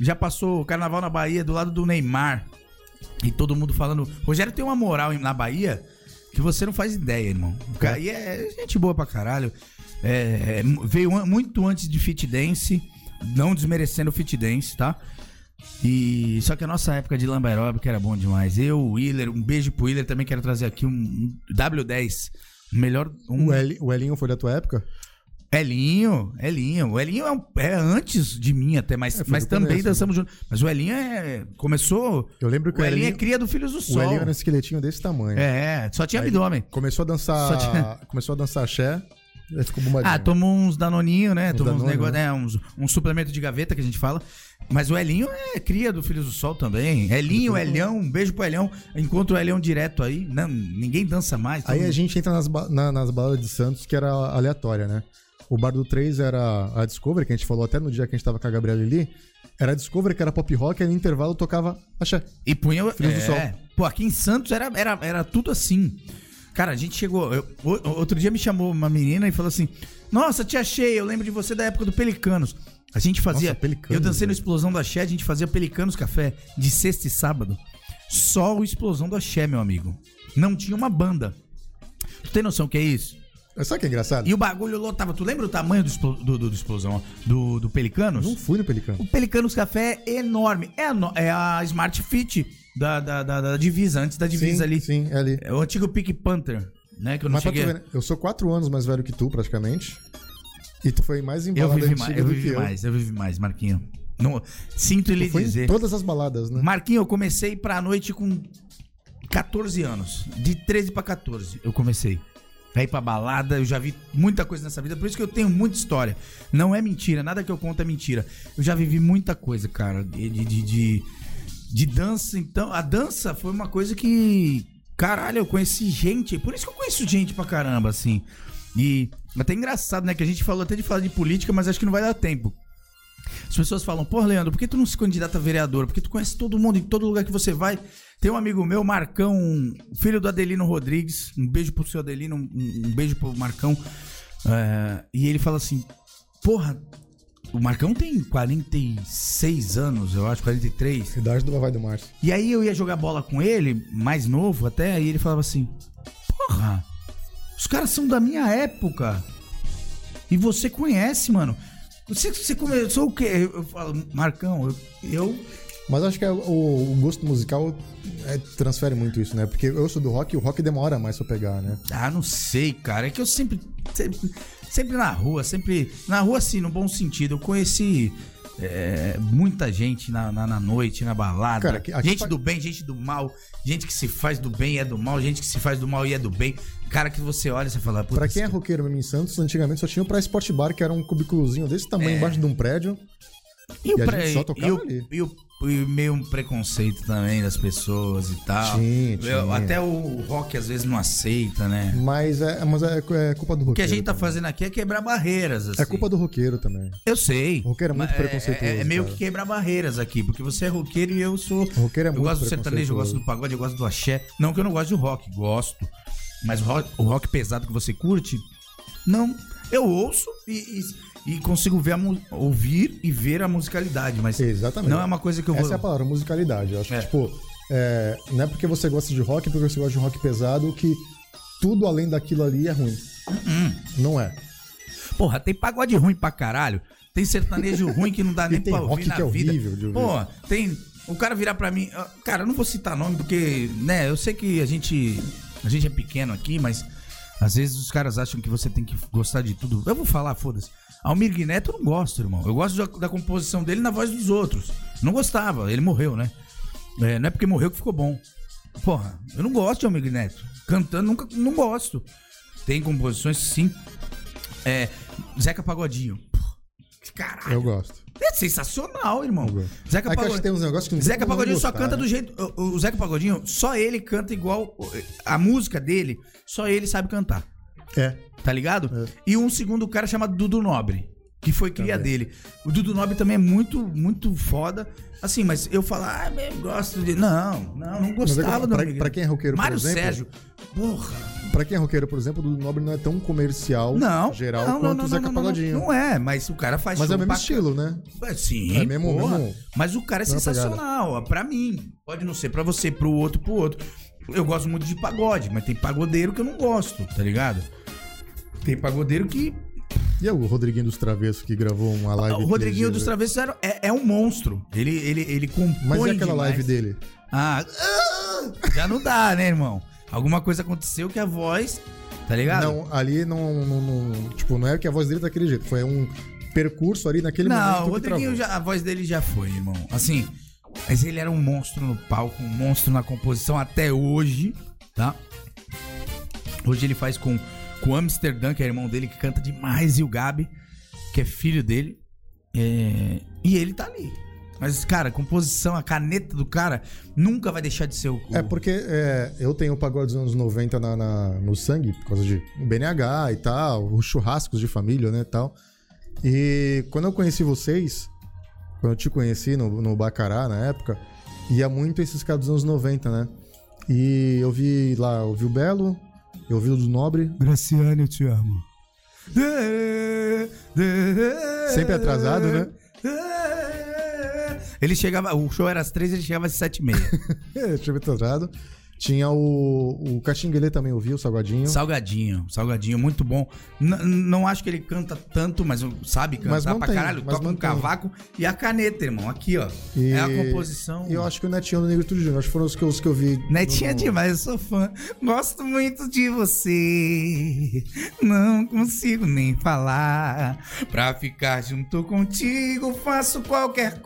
[SPEAKER 2] Já passou o carnaval na Bahia do lado do Neymar. E todo mundo falando. Rogério tem uma moral em- na Bahia que você não faz ideia, irmão. O cara aí é gente boa pra caralho. É, é, mu- veio an- muito antes de Fit Dance, não desmerecendo o Fit Dance, tá? E só que a nossa época de lamba aeróbica era bom demais. Eu, o Willer, um beijo pro Willer, também quero trazer aqui um, um W10. o Melhor um
[SPEAKER 1] O, El, o Elinho foi da tua época?
[SPEAKER 2] Elinho, Elinho. O Elinho é, um- é antes de mim até, mas,
[SPEAKER 1] É, foi
[SPEAKER 2] mas
[SPEAKER 1] do
[SPEAKER 2] também
[SPEAKER 1] começo, né?
[SPEAKER 2] dançamos juntos. Mas o Elinho é, começou.
[SPEAKER 1] Eu lembro que
[SPEAKER 2] O Elinho é cria do Filhos do
[SPEAKER 1] o
[SPEAKER 2] Sol.
[SPEAKER 1] Elinho era um esqueletinho desse tamanho.
[SPEAKER 2] É, só tinha
[SPEAKER 1] Aí-
[SPEAKER 2] abdômen.
[SPEAKER 1] Começou a dançar.
[SPEAKER 2] Só tinha-
[SPEAKER 1] Começou a dançar axé. Ele ficou bombadinho.
[SPEAKER 2] Ah, toma uns danoninho, né?
[SPEAKER 1] Uns
[SPEAKER 2] Toma uns
[SPEAKER 1] Danone,
[SPEAKER 2] negócio, né? Uns, um suplemento de gaveta que a gente fala. Mas o Elinho é cria do Filhos do Sol também. Elinho, Elhão, um beijo pro Elhão. Encontro o Elhão direto aí. Não, ninguém dança mais. todo
[SPEAKER 1] Aí a
[SPEAKER 2] mundo-
[SPEAKER 1] gente entra nas, ba- na- nas baladas de Santos, que era aleatória, né? O bar do 3 era a Discovery, que a gente falou até no dia que a gente tava com a Gabriela Lili. Era a Discovery, que era pop rock, e no intervalo tocava axé.
[SPEAKER 2] E punha o
[SPEAKER 1] Filhos
[SPEAKER 2] é,
[SPEAKER 1] do Sol.
[SPEAKER 2] Pô, aqui em Santos era, era, era tudo assim. Cara, a gente chegou. eu- o- outro dia me chamou uma menina e falou assim: Nossa, te achei, eu lembro de você da época do Pelicanos. A gente fazia.
[SPEAKER 1] Nossa, Pelicanos,
[SPEAKER 2] eu dancei no
[SPEAKER 1] velho.
[SPEAKER 2] Explosão do Axé, a gente fazia Pelicanos Café de sexta e sábado. Só o Explosão do Axé, meu amigo. Não tinha uma banda. Tu tem noção o que é isso?
[SPEAKER 1] Sabe o que é engraçado?
[SPEAKER 2] E o bagulho lotava. Tu lembra o tamanho do, explo- do, do- do Explosão? ó? Do, do Pelicanos?
[SPEAKER 1] Não fui no
[SPEAKER 2] O
[SPEAKER 1] Pelicano.
[SPEAKER 2] Pelicanos Café é enorme. É a, no- é a Smart Fit da, da, da- da divisa, antes da divisa
[SPEAKER 1] sim,
[SPEAKER 2] ali.
[SPEAKER 1] Sim, é ali.
[SPEAKER 2] É o antigo Pick Panther, né? Que eu não
[SPEAKER 1] Mas pra tu
[SPEAKER 2] cheguei.
[SPEAKER 1] ver, né? eu sou quatro anos mais velho que tu, praticamente. E tu foi mais em
[SPEAKER 2] eu
[SPEAKER 1] balada
[SPEAKER 2] vivi
[SPEAKER 1] antiga
[SPEAKER 2] mais, eu
[SPEAKER 1] do
[SPEAKER 2] vivi
[SPEAKER 1] que eu.
[SPEAKER 2] mais, eu vivi mais, Marquinho. Não, sinto lhe
[SPEAKER 1] Tu foi
[SPEAKER 2] dizer.
[SPEAKER 1] em todas as baladas, né?
[SPEAKER 2] Marquinho, eu comecei pra noite com 14 anos. De 13 pra 14 eu comecei. Aí pra balada, eu já vi muita coisa nessa vida, por isso que eu tenho muita história. Não é mentira, nada que eu conto é mentira. Eu já vivi muita coisa, cara, de, de, de- de- de dança. Então, a dança foi uma coisa que. Caralho, eu conheci gente. Por isso que eu conheço gente pra caramba, assim. E até engraçado, né? Que a gente falou até de falar de política, mas acho que não vai dar tempo. As pessoas falam, pô, Leandro, por que tu não se candidata a vereador? Porque tu conhece todo mundo, em todo lugar que você vai. Tem um amigo meu, Marcão, um filho do Adelino Rodrigues. Um beijo pro seu Adelino, um, um beijo pro Marcão. É, e ele fala assim, porra, o Marcão tem 46 anos, eu acho, 43.
[SPEAKER 1] Idade do Vai do Márcio.
[SPEAKER 2] E aí eu ia jogar bola com ele, mais novo até, e ele falava assim: Porra, os caras são da minha época. E você conhece, mano. Você, você começou o quê? Eu, eu falo, Marcão, eu. eu
[SPEAKER 1] Mas acho que é o, o gosto musical é, transfere muito isso, né? Porque eu sou do rock e o rock demora mais pra eu pegar, né?
[SPEAKER 2] ah, não sei, cara. É que eu sempre. Sempre, sempre na rua, sempre. Na rua, assim, no bom sentido. Eu conheci. é, muita gente na, na, na noite, na balada.
[SPEAKER 1] Cara, aqui- aqui
[SPEAKER 2] gente
[SPEAKER 1] pa-
[SPEAKER 2] do bem, gente do mal. Gente que se faz do bem e é do mal. Gente que se faz do mal e é do bem. Cara que você olha e você fala.
[SPEAKER 1] Pra
[SPEAKER 2] "Puta,
[SPEAKER 1] quem é
[SPEAKER 2] esse
[SPEAKER 1] roqueiro mesmo em Santos, antigamente só tinha o pra Sport Bar, que era um cubiculozinho desse tamanho embaixo de um prédio.
[SPEAKER 2] É. E,
[SPEAKER 1] E
[SPEAKER 2] o
[SPEAKER 1] a
[SPEAKER 2] pre-
[SPEAKER 1] gente só tocava
[SPEAKER 2] e o-
[SPEAKER 1] ali.
[SPEAKER 2] E o, e meio um preconceito também das pessoas e tal.
[SPEAKER 1] Tinha, tinha.
[SPEAKER 2] Ah, Eu- até o rock às vezes não aceita, né?
[SPEAKER 1] Mas é, mas é, é culpa do roqueiro.
[SPEAKER 2] O que a gente tá
[SPEAKER 1] também.
[SPEAKER 2] fazendo aqui é quebrar barreiras. Assim.
[SPEAKER 1] É culpa do roqueiro também.
[SPEAKER 2] Eu sei.
[SPEAKER 1] O roqueiro é muito
[SPEAKER 2] Mas
[SPEAKER 1] preconceituoso,
[SPEAKER 2] É, é meio
[SPEAKER 1] cara.
[SPEAKER 2] que quebrar barreiras aqui, porque você é roqueiro e eu sou.
[SPEAKER 1] O roqueiro é
[SPEAKER 2] eu
[SPEAKER 1] muito
[SPEAKER 2] gosto do sertanejo, eu gosto do pagode, eu gosto do axé. Não que eu não gosto do rock, gosto. Mas o rock, o rock pesado que você curte, não. Eu ouço e, e- e consigo ver a mu- ouvir e ver a musicalidade, mas
[SPEAKER 1] Exatamente.
[SPEAKER 2] não é uma coisa que eu
[SPEAKER 1] Essa
[SPEAKER 2] vou.
[SPEAKER 1] é a palavra, musicalidade. Eu acho
[SPEAKER 2] É.
[SPEAKER 1] que, tipo, é, não é porque você gosta de rock, é porque você gosta de rock pesado, que tudo além daquilo ali é ruim.
[SPEAKER 2] Hum.
[SPEAKER 1] Não é.
[SPEAKER 2] Porra, tem pagode ruim pra caralho. Tem sertanejo ruim que não dá nem
[SPEAKER 1] tem
[SPEAKER 2] pra ouvir
[SPEAKER 1] rock
[SPEAKER 2] na
[SPEAKER 1] que é
[SPEAKER 2] vida.
[SPEAKER 1] horrível de ouvir.
[SPEAKER 2] Porra, tem. O cara virar pra mim. ah, Cara, eu não vou citar nome porque, né, eu sei que a gente. A gente é pequeno aqui, mas às vezes os caras acham que você tem que gostar de tudo. Eu vou falar, foda-se. Almir Neto eu não gosto, irmão. Eu gosto da, da composição dele na voz dos outros. Não gostava, ele morreu, né? É, não é porque morreu que ficou bom. Porra, eu não gosto de Almir Neto. Cantando, nunca, não gosto. Tem composições, sim, é, Zeca Pagodinho. Pô, Caralho,
[SPEAKER 1] Eu gosto.
[SPEAKER 2] é sensacional, irmão.
[SPEAKER 1] Eu gosto.
[SPEAKER 2] Zeca
[SPEAKER 1] Aí que eu acho que tem
[SPEAKER 2] Pagodinho.
[SPEAKER 1] uns negócios que não tem
[SPEAKER 2] Zeca
[SPEAKER 1] como não
[SPEAKER 2] Pagodinho só
[SPEAKER 1] gostar,
[SPEAKER 2] canta
[SPEAKER 1] né?
[SPEAKER 2] do jeito. O, o Zeca Pagodinho, só ele canta igual. A música dele, só ele sabe cantar.
[SPEAKER 1] É.
[SPEAKER 2] Tá ligado?
[SPEAKER 1] É.
[SPEAKER 2] E um segundo cara chamado Dudu Nobre, que foi cria dele. O Dudu Nobre também é muito, muito foda. Assim, mas eu falar, ah, eu gosto de. Não, não, não
[SPEAKER 1] Mas é que
[SPEAKER 2] gostava do
[SPEAKER 1] pra,
[SPEAKER 2] Almir
[SPEAKER 1] pra quem é roqueiro,
[SPEAKER 2] Mário
[SPEAKER 1] por exemplo.
[SPEAKER 2] Sérgio. Porra.
[SPEAKER 1] Pra quem é roqueiro, por exemplo, do Nobre não é tão comercial
[SPEAKER 2] Não.
[SPEAKER 1] geral
[SPEAKER 2] não, não,
[SPEAKER 1] quanto
[SPEAKER 2] não,
[SPEAKER 1] o Zeca
[SPEAKER 2] não, não,
[SPEAKER 1] Pagodinho.
[SPEAKER 2] Não, é, mas o cara faz
[SPEAKER 1] Mas é
[SPEAKER 2] show
[SPEAKER 1] o mesmo
[SPEAKER 2] pra
[SPEAKER 1] estilo, né?
[SPEAKER 2] É, Sim,
[SPEAKER 1] É mesmo-
[SPEAKER 2] porra.
[SPEAKER 1] mesmo-
[SPEAKER 2] Mas o cara é
[SPEAKER 1] mesma pegada.
[SPEAKER 2] sensacional, ó, pra mim. Pode não ser pra você, pro outro, pro outro. Eu gosto muito de pagode, mas tem pagodeiro que eu não gosto, tá ligado? Tem pagodeiro que.
[SPEAKER 1] E é o Rodriguinho dos Travessos que gravou uma live.
[SPEAKER 2] o
[SPEAKER 1] aquele
[SPEAKER 2] Rodriguinho
[SPEAKER 1] dia,
[SPEAKER 2] dos
[SPEAKER 1] né?
[SPEAKER 2] Travessos era- é, é um monstro. Ele, ele, ele compõe.
[SPEAKER 1] Mas e aquela
[SPEAKER 2] demais.
[SPEAKER 1] live dele?
[SPEAKER 2] Ah, ah, já não dá, né, irmão? Alguma coisa aconteceu que a voz. Tá ligado?
[SPEAKER 1] Não, ali não, não- não- Tipo, não é que a voz dele tá daquele jeito. Foi um percurso ali naquele
[SPEAKER 2] Não, o
[SPEAKER 1] momento. que
[SPEAKER 2] Rodriguinho,
[SPEAKER 1] travou.
[SPEAKER 2] já, a voz dele já foi, irmão. Assim, mas ele era um monstro no palco, um monstro na composição até hoje, tá? Hoje ele faz com, com o Amsterdã, que é irmão dele, que canta demais, e o Gabi, que é filho dele. É, E ele tá ali. Mas, cara, a composição, a caneta do cara nunca vai deixar de ser o.
[SPEAKER 1] É porque é, eu tenho o pagode dos anos 90 na- na- no sangue, por causa de BNH e tal, os churrascos de família, né, e tal. E quando eu conheci vocês, quando eu te conheci no, no Bacará, na época, ia muito esses caras dos anos 90, né? E eu vi lá, eu vi o Belo, eu vi o do Nobre,
[SPEAKER 2] Graciane, eu te amo.
[SPEAKER 1] Sempre atrasado, né?
[SPEAKER 2] Ele chegava, o show era às três, ele chegava às sete e meia.
[SPEAKER 1] tinha me atrasado. tá Tinha o, o Caxinguelê também, eu vi, o Salgadinho.
[SPEAKER 2] Salgadinho, salgadinho, muito bom. N- não acho que ele canta tanto, mas sabe cantar
[SPEAKER 1] Mas
[SPEAKER 2] pra
[SPEAKER 1] mantém,
[SPEAKER 2] caralho.
[SPEAKER 1] mas
[SPEAKER 2] Toca um
[SPEAKER 1] mantém.
[SPEAKER 2] cavaco e a caneta, irmão. Aqui, ó.
[SPEAKER 1] E-
[SPEAKER 2] É a composição.
[SPEAKER 1] E eu acho que o Netinho do Negro Tudo Júnior, acho que foram os que, os que eu vi.
[SPEAKER 2] Netinha
[SPEAKER 1] no-
[SPEAKER 2] é demais, eu sou fã. Gosto muito de você. Não consigo nem falar. Pra ficar junto contigo, faço qualquer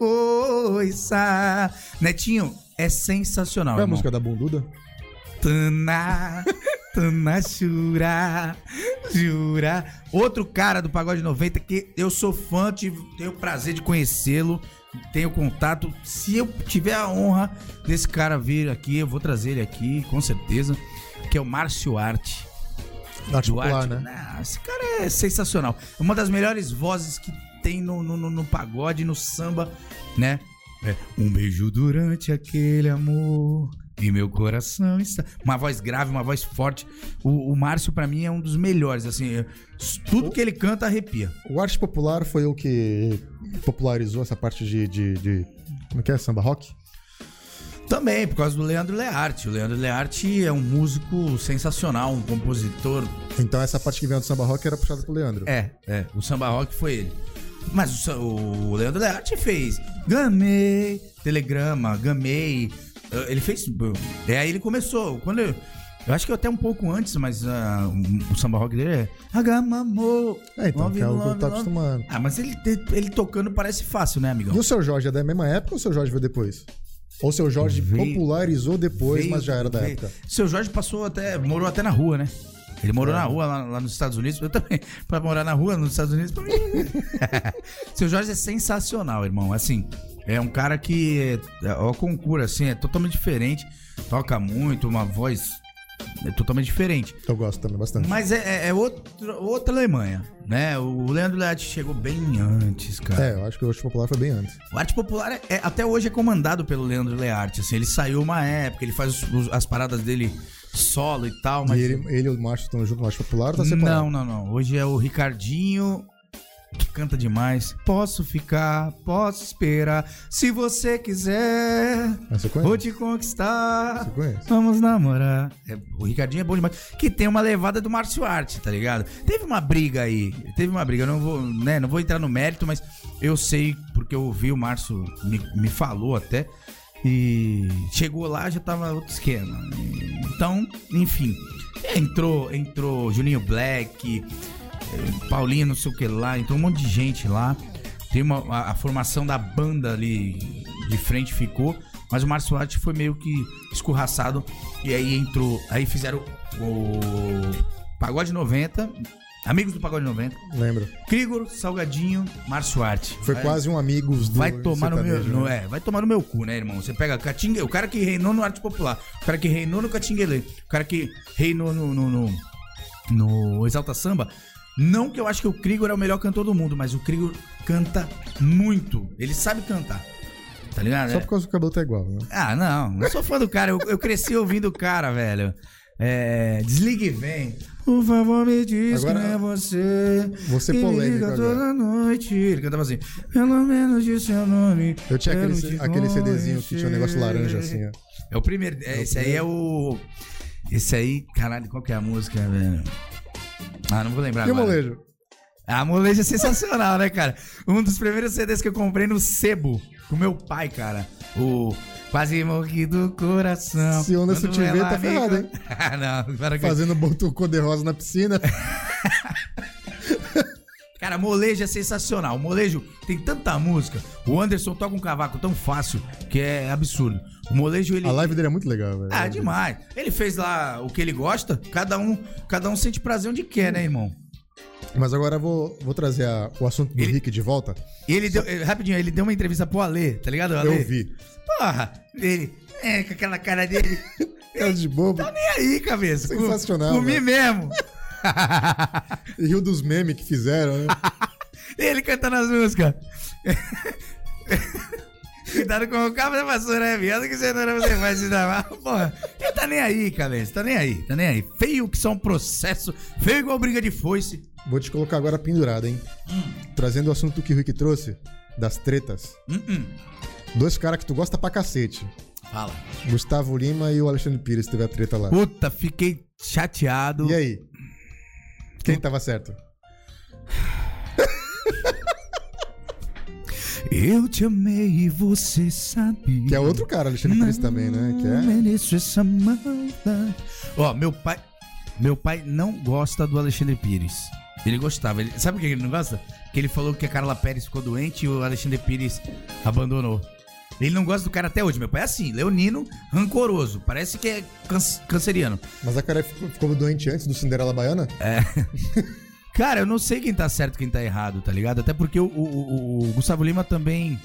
[SPEAKER 2] coisa. Netinho, é sensacional.
[SPEAKER 1] Qual é a
[SPEAKER 2] irmão.
[SPEAKER 1] música da Bunduda?
[SPEAKER 2] Tana, Tana Jura, Jura. Outro cara do Pagode 90 que eu sou fã, tive, tenho o prazer de conhecê-lo, tenho contato. Se eu tiver a honra desse cara vir aqui, eu vou trazer ele aqui, com certeza, que é o Márcio Arte.
[SPEAKER 1] Arte Popular,
[SPEAKER 2] Duarte.
[SPEAKER 1] né?
[SPEAKER 2] Não, esse cara é sensacional. É Uma das melhores vozes que tem no, no, no- no pagode, no samba, né? É, um beijo durante aquele amor e meu coração está... Uma voz grave, uma voz forte. O, o Márcio, pra mim, é um dos melhores, assim. eu- Tudo que ele canta, arrepia.
[SPEAKER 1] O arte popular foi o que popularizou essa parte de. de, de- como que é? Samba rock?
[SPEAKER 2] Também, por causa do Leandro Learte. O Leandro Learte é um músico sensacional, um compositor,
[SPEAKER 1] Então essa parte que veio do samba rock era puxada pro Leandro.
[SPEAKER 2] É, é. O samba rock foi ele. Mas o, sa- o Leandro Learte fez Gamei, Telegrama, Gamei. eh, Ele fez. É aí ele começou. Quando eu, eu acho que até um pouco antes, mas ah, o samba rock dele é. Agamamô.
[SPEAKER 1] É, então,
[SPEAKER 2] love,
[SPEAKER 1] que é o que eu
[SPEAKER 2] love,
[SPEAKER 1] tô
[SPEAKER 2] love.
[SPEAKER 1] acostumado.
[SPEAKER 2] Ah, mas ele, ele tocando parece fácil, né, amigão?
[SPEAKER 1] E o seu Jorge é da mesma época ou o seu Jorge veio depois? Ou o seu Jorge
[SPEAKER 2] Veio-
[SPEAKER 1] popularizou depois,
[SPEAKER 2] Veio-
[SPEAKER 1] mas já era da
[SPEAKER 2] veio.
[SPEAKER 1] época?
[SPEAKER 2] Seu Jorge passou até. morou até na rua, né? Ele morou
[SPEAKER 1] É.
[SPEAKER 2] na rua lá, lá nos Estados Unidos. Eu também. Pra morar na rua nos Estados Unidos, pra mim. Seu Jorge é sensacional, irmão. Assim, é um cara que. É, é ó, concura, assim, é totalmente diferente. Toca muito, uma voz. É totalmente diferente.
[SPEAKER 1] Eu gosto também bastante.
[SPEAKER 2] Mas é, é- é outro- outra Alemanha, né? O Leandro Leite chegou bem antes, cara.
[SPEAKER 1] É, eu acho que o arte popular foi bem antes.
[SPEAKER 2] O Arte Popular é- é- até hoje é comandado pelo Leandro Learte, assim, ele saiu uma época, ele faz os- os- as paradas dele solo e tal, mas...
[SPEAKER 1] E ele, ele e o Márcio estão junto, o Márcio popular ou tá separado?
[SPEAKER 2] não, não, não, hoje é o Ricardinho, que canta demais. Posso ficar, posso esperar, se você quiser,
[SPEAKER 1] Mas você
[SPEAKER 2] vou
[SPEAKER 1] conhece?
[SPEAKER 2] te conquistar.
[SPEAKER 1] Você conhece?
[SPEAKER 2] Vamos namorar. É, o Ricardinho é bom demais. Que tem uma levada do Márcio Arte, tá ligado? Teve uma briga aí. Teve uma briga. Eu não vou, né, não vou entrar no mérito, mas eu sei, porque eu ouvi o Márcio me, me falou até. E chegou lá, já tava outro esquema. Então, enfim. Entrou, entrou Juninho Black, eh, Paulinho, não sei o que lá. Entrou um monte de gente lá. Tem uma, a, a formação da banda ali de frente ficou, mas o Márcio Arte foi meio que escorraçado. E aí entrou. Aí fizeram o Pagode 90, Amigos do Pagode 90,
[SPEAKER 1] Lembro.
[SPEAKER 2] Krigor, Salgadinho, Márcio Arte.
[SPEAKER 1] Foi
[SPEAKER 2] Vai-
[SPEAKER 1] quase um amigos do.
[SPEAKER 2] É. Vai tomar no meu.
[SPEAKER 1] sertanejo,
[SPEAKER 2] no-
[SPEAKER 1] né?
[SPEAKER 2] é, vai tomar no meu cu, né, irmão? Você pega Catingue, o cara que reinou no arte popular, o cara que reinou no Catinguelê, o cara que reinou no, no, no, no Exalta Samba. Não que eu acho que o Krigor é o melhor cantor do mundo, mas o Krigor canta muito. Ele sabe cantar. Tá ligado?
[SPEAKER 1] Só
[SPEAKER 2] É.
[SPEAKER 1] por causa que o cabelo tá igual, né?
[SPEAKER 2] Ah, não. Eu sou fã do cara. Eu, eu cresci ouvindo o cara, velho. É, desligue e vem. Por favor, me diz
[SPEAKER 1] Agora-
[SPEAKER 2] quem é você.
[SPEAKER 1] Você
[SPEAKER 2] que me
[SPEAKER 1] polêmico
[SPEAKER 2] liga
[SPEAKER 1] agora.
[SPEAKER 2] toda noite. Ele cantava assim. Pelo menos de seu nome.
[SPEAKER 1] Eu tinha aquele,
[SPEAKER 2] quero
[SPEAKER 1] C-
[SPEAKER 2] te
[SPEAKER 1] aquele CDzinho que tinha um negócio
[SPEAKER 2] conhecer.
[SPEAKER 1] laranja, assim, ó.
[SPEAKER 2] É o primeiro. é, esse aí é o. Esse aí, caralho, qual que é a música, velho? Ah, não vou lembrar
[SPEAKER 1] E o
[SPEAKER 2] agora.
[SPEAKER 1] molejo?
[SPEAKER 2] A moleja é sensacional, né, cara? Um dos primeiros CDs que eu comprei no Sebo, com meu pai, cara. O Quase Morri do Coração.
[SPEAKER 1] Se onda se
[SPEAKER 2] Quando
[SPEAKER 1] te ver,
[SPEAKER 2] ela
[SPEAKER 1] tá
[SPEAKER 2] me
[SPEAKER 1] ferrado, hein?
[SPEAKER 2] Ah, não, para que...
[SPEAKER 1] Fazendo botucô de rosa na piscina.
[SPEAKER 2] Cara, molejo é sensacional. Molejo tem tanta música. O Anderson toca um cavaco tão fácil que é absurdo. O molejo, ele.
[SPEAKER 1] A live dele é muito legal, velho.
[SPEAKER 2] Ah, demais. Ele fez lá o que ele gosta, cada um, cada um sente prazer onde quer, né, irmão?
[SPEAKER 1] Mas agora eu vou, vou trazer a- o assunto do
[SPEAKER 2] Ele-
[SPEAKER 1] Rick de volta.
[SPEAKER 2] E ele deu, eh, rapidinho, ele deu uma entrevista pro Ale, tá ligado, Ale?
[SPEAKER 1] Eu vi.
[SPEAKER 2] Porra, ele, é, com aquela cara dele.
[SPEAKER 1] Cara É de bobo.
[SPEAKER 2] tá nem aí, cabeça. Com-
[SPEAKER 1] Sensacional, né?
[SPEAKER 2] Comi
[SPEAKER 1] velho.
[SPEAKER 2] mesmo.
[SPEAKER 1] E riu dos memes que fizeram, né?
[SPEAKER 2] Ele cantando as músicas. Cuidado com o cabo da vassoura, é viado que você não era, você vai se dar mal. Porra, ele tá nem aí, cabeça, tá nem aí, tá nem aí. Feio que são processo, feio igual briga de foice.
[SPEAKER 1] Vou te colocar agora pendurado, hein? Trazendo o assunto que o Rick trouxe, das tretas.
[SPEAKER 2] Hum, hum.
[SPEAKER 1] Dois caras que tu gosta pra cacete.
[SPEAKER 2] Fala.
[SPEAKER 1] Tá. Gustavo Lima e o Alexandre Pires teve a treta lá.
[SPEAKER 2] Puta, fiquei chateado.
[SPEAKER 1] E aí? Quem tava certo?
[SPEAKER 2] Eu te amei e você sabe.
[SPEAKER 1] Que é outro cara, Alexandre Pires também, né? Que
[SPEAKER 2] Não
[SPEAKER 1] é...
[SPEAKER 2] mereço essa maldade. Ó, meu pai. Meu pai não gosta do Alexandre Pires. Ele gostava. Ele- sabe por que ele não gosta? Que ele falou que a Carla Pérez ficou doente e o Alexandre Pires abandonou. Ele não gosta do cara até hoje. Meu pai é assim, leonino, rancoroso. Parece que é can- canceriano.
[SPEAKER 1] Mas a cara ficou ficou doente antes do Cinderela Baiana?
[SPEAKER 2] É. Cara, eu não sei quem tá certo e quem tá errado, tá ligado? Até porque o, o- o- o Gustavo Lima também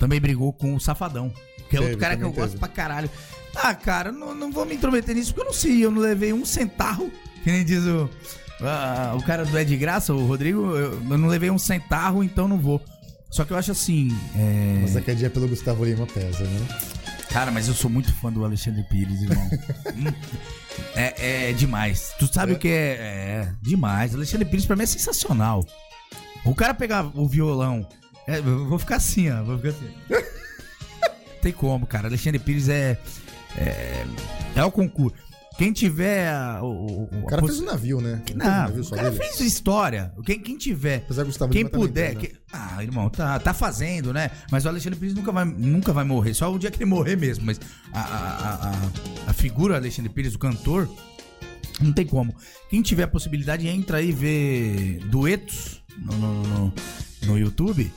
[SPEAKER 2] também brigou com o Safadão, que é outro
[SPEAKER 1] Teve,
[SPEAKER 2] cara que eu
[SPEAKER 1] também
[SPEAKER 2] gosto
[SPEAKER 1] teve.
[SPEAKER 2] pra caralho. Ah, cara, não, não vou me intrometer nisso porque eu não sei, eu não levei um centavo, que nem diz o, ah, o cara do É de Graça, o Rodrigo, eu, eu não levei um centavo, então não vou. Só que eu acho assim, é,
[SPEAKER 1] Mas a quedinha pelo Gustavo Lima pesa, né?
[SPEAKER 2] cara, mas eu sou muito fã do Alexandre Pires, irmão. Hum, é, é demais. Tu sabe o que é, é demais. Alexandre Pires pra mim é sensacional. O cara pegar o violão. É, eu vou ficar assim, ó. Vou ficar assim. Tem como, cara. Alexandre Pires é. É, é o concurso. Quem tiver. a- o, o-
[SPEAKER 1] O
[SPEAKER 2] a
[SPEAKER 1] cara
[SPEAKER 2] poss-
[SPEAKER 1] fez o navio, né? Não, teve um
[SPEAKER 2] Não,
[SPEAKER 1] navio
[SPEAKER 2] o
[SPEAKER 1] só
[SPEAKER 2] cara
[SPEAKER 1] dele?
[SPEAKER 2] fez história. Quem, quem tiver.
[SPEAKER 1] Apesar que o Gustavo
[SPEAKER 2] Quem
[SPEAKER 1] Lima também
[SPEAKER 2] puder.
[SPEAKER 1] tem, né?
[SPEAKER 2] que- Ah, irmão, tá, tá fazendo, né? Mas o Alexandre Pires nunca vai, nunca vai morrer. Só o dia que ele morrer mesmo. Mas a, a, a- a- a figura Alexandre Pires, o cantor, não tem como. Quem tiver a possibilidade, entra aí e vê duetos no, no, no- no YouTube.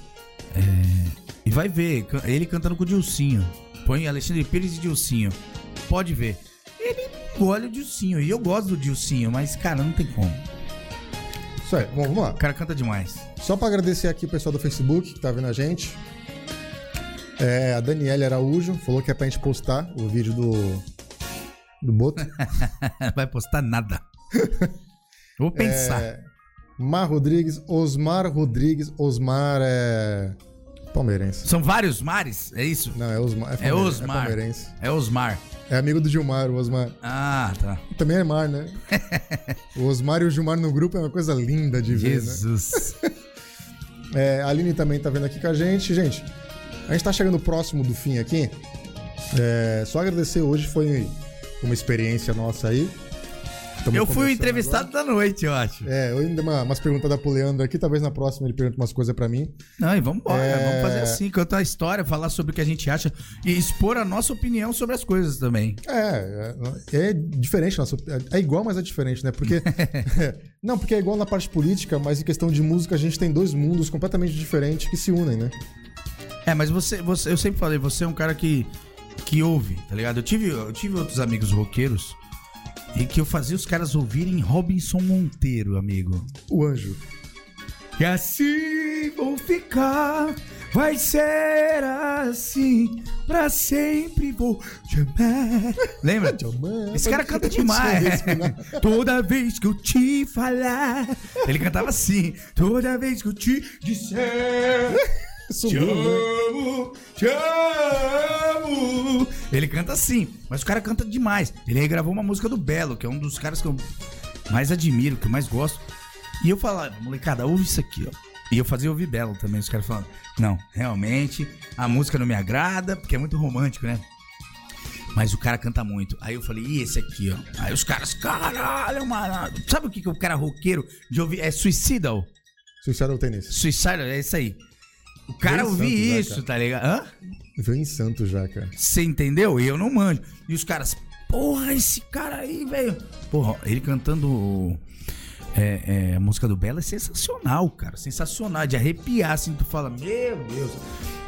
[SPEAKER 2] é, e vai ver can- ele cantando com o Dilcinho. Põe Alexandre Pires e Dilcinho. Pode ver. Ele engole o Dilcinho. E eu gosto do Dilcinho, mas, cara, não tem como.
[SPEAKER 1] Isso aí. Bom, vamos lá.
[SPEAKER 2] O cara canta demais.
[SPEAKER 1] Só pra agradecer aqui o pessoal do Facebook que tá vendo a gente. É, a Daniela Araújo falou que é pra gente postar o vídeo do. Do Boto.
[SPEAKER 2] Vai postar nada. Eu Vou pensar.
[SPEAKER 1] É, Mar Rodrigues, Osmar Rodrigues, Osmar é. Palmeirense.
[SPEAKER 2] São vários mares? É isso?
[SPEAKER 1] Não, é Osmar.
[SPEAKER 2] É
[SPEAKER 1] palmeire-
[SPEAKER 2] Osmar.
[SPEAKER 1] É palmeirense.
[SPEAKER 2] É Osmar.
[SPEAKER 1] É amigo do Gilmar, o Osmar.
[SPEAKER 2] Ah, tá.
[SPEAKER 1] Também é Mar, né? o Osmar e o Gilmar no grupo é uma coisa linda de ver, né?
[SPEAKER 2] Jesus.
[SPEAKER 1] É, a Aline também tá vendo aqui com a gente. Gente, a gente tá chegando próximo do fim aqui. É, só agradecer hoje foi uma experiência nossa aí. Tamo
[SPEAKER 2] eu fui o
[SPEAKER 1] conversando
[SPEAKER 2] entrevistado da noite, eu acho.
[SPEAKER 1] agora. É, eu ainda uma, umas perguntas da pro Leandro aqui, talvez na próxima ele pergunte umas coisas pra mim.
[SPEAKER 2] Não, e vamos embora.
[SPEAKER 1] É.
[SPEAKER 2] Vamos fazer assim, contar a história, falar sobre o que a gente acha e expor a nossa opinião sobre as coisas também.
[SPEAKER 1] É, é, é diferente, nossa, é igual, mas é diferente, né? Porque não, porque é igual na parte política, mas em questão de música a gente tem dois mundos completamente diferentes que se unem, né?
[SPEAKER 2] É, mas você, você eu sempre falei, você é um cara que, que ouve, tá ligado? Eu tive, eu tive outros amigos roqueiros e que eu fazia os caras ouvirem Robinson Monteiro, amigo.
[SPEAKER 1] O anjo.
[SPEAKER 2] E assim vou ficar, vai ser assim, pra sempre vou te amar. Lembra? Esse cara canta demais. Toda vez que eu te falar. Ele cantava assim. Toda vez que eu te disser. Te
[SPEAKER 1] Subiu, né?
[SPEAKER 2] amo, te amo. Ele canta assim, mas o cara canta demais. Ele aí gravou uma música do Belo, que é um dos caras que eu mais admiro, que eu mais gosto. E eu falava, molecada, ouve isso aqui, ó. E eu fazia ouvir Belo também, os caras falavam, não, realmente, a música não me agrada, porque é muito romântico, né? Mas o cara canta muito. Aí eu falei, e esse aqui, ó? Aí os caras, caralho, mano. Sabe o que, que o cara roqueiro de ouvir? É suicidal.
[SPEAKER 1] Suicidal Tênis.
[SPEAKER 2] Suicidal, é isso aí. O cara
[SPEAKER 1] Bem
[SPEAKER 2] ouvir
[SPEAKER 1] santo, né,
[SPEAKER 2] isso, tá ligado? Hã?
[SPEAKER 1] Veio em Santos já, cara.
[SPEAKER 2] Você entendeu? E eu não manjo. E os caras, porra, esse cara aí, velho. Porra, ele cantando. É, é, a música do Belo é sensacional, cara. Sensacional, de arrepiar, assim, tu fala, meu Deus.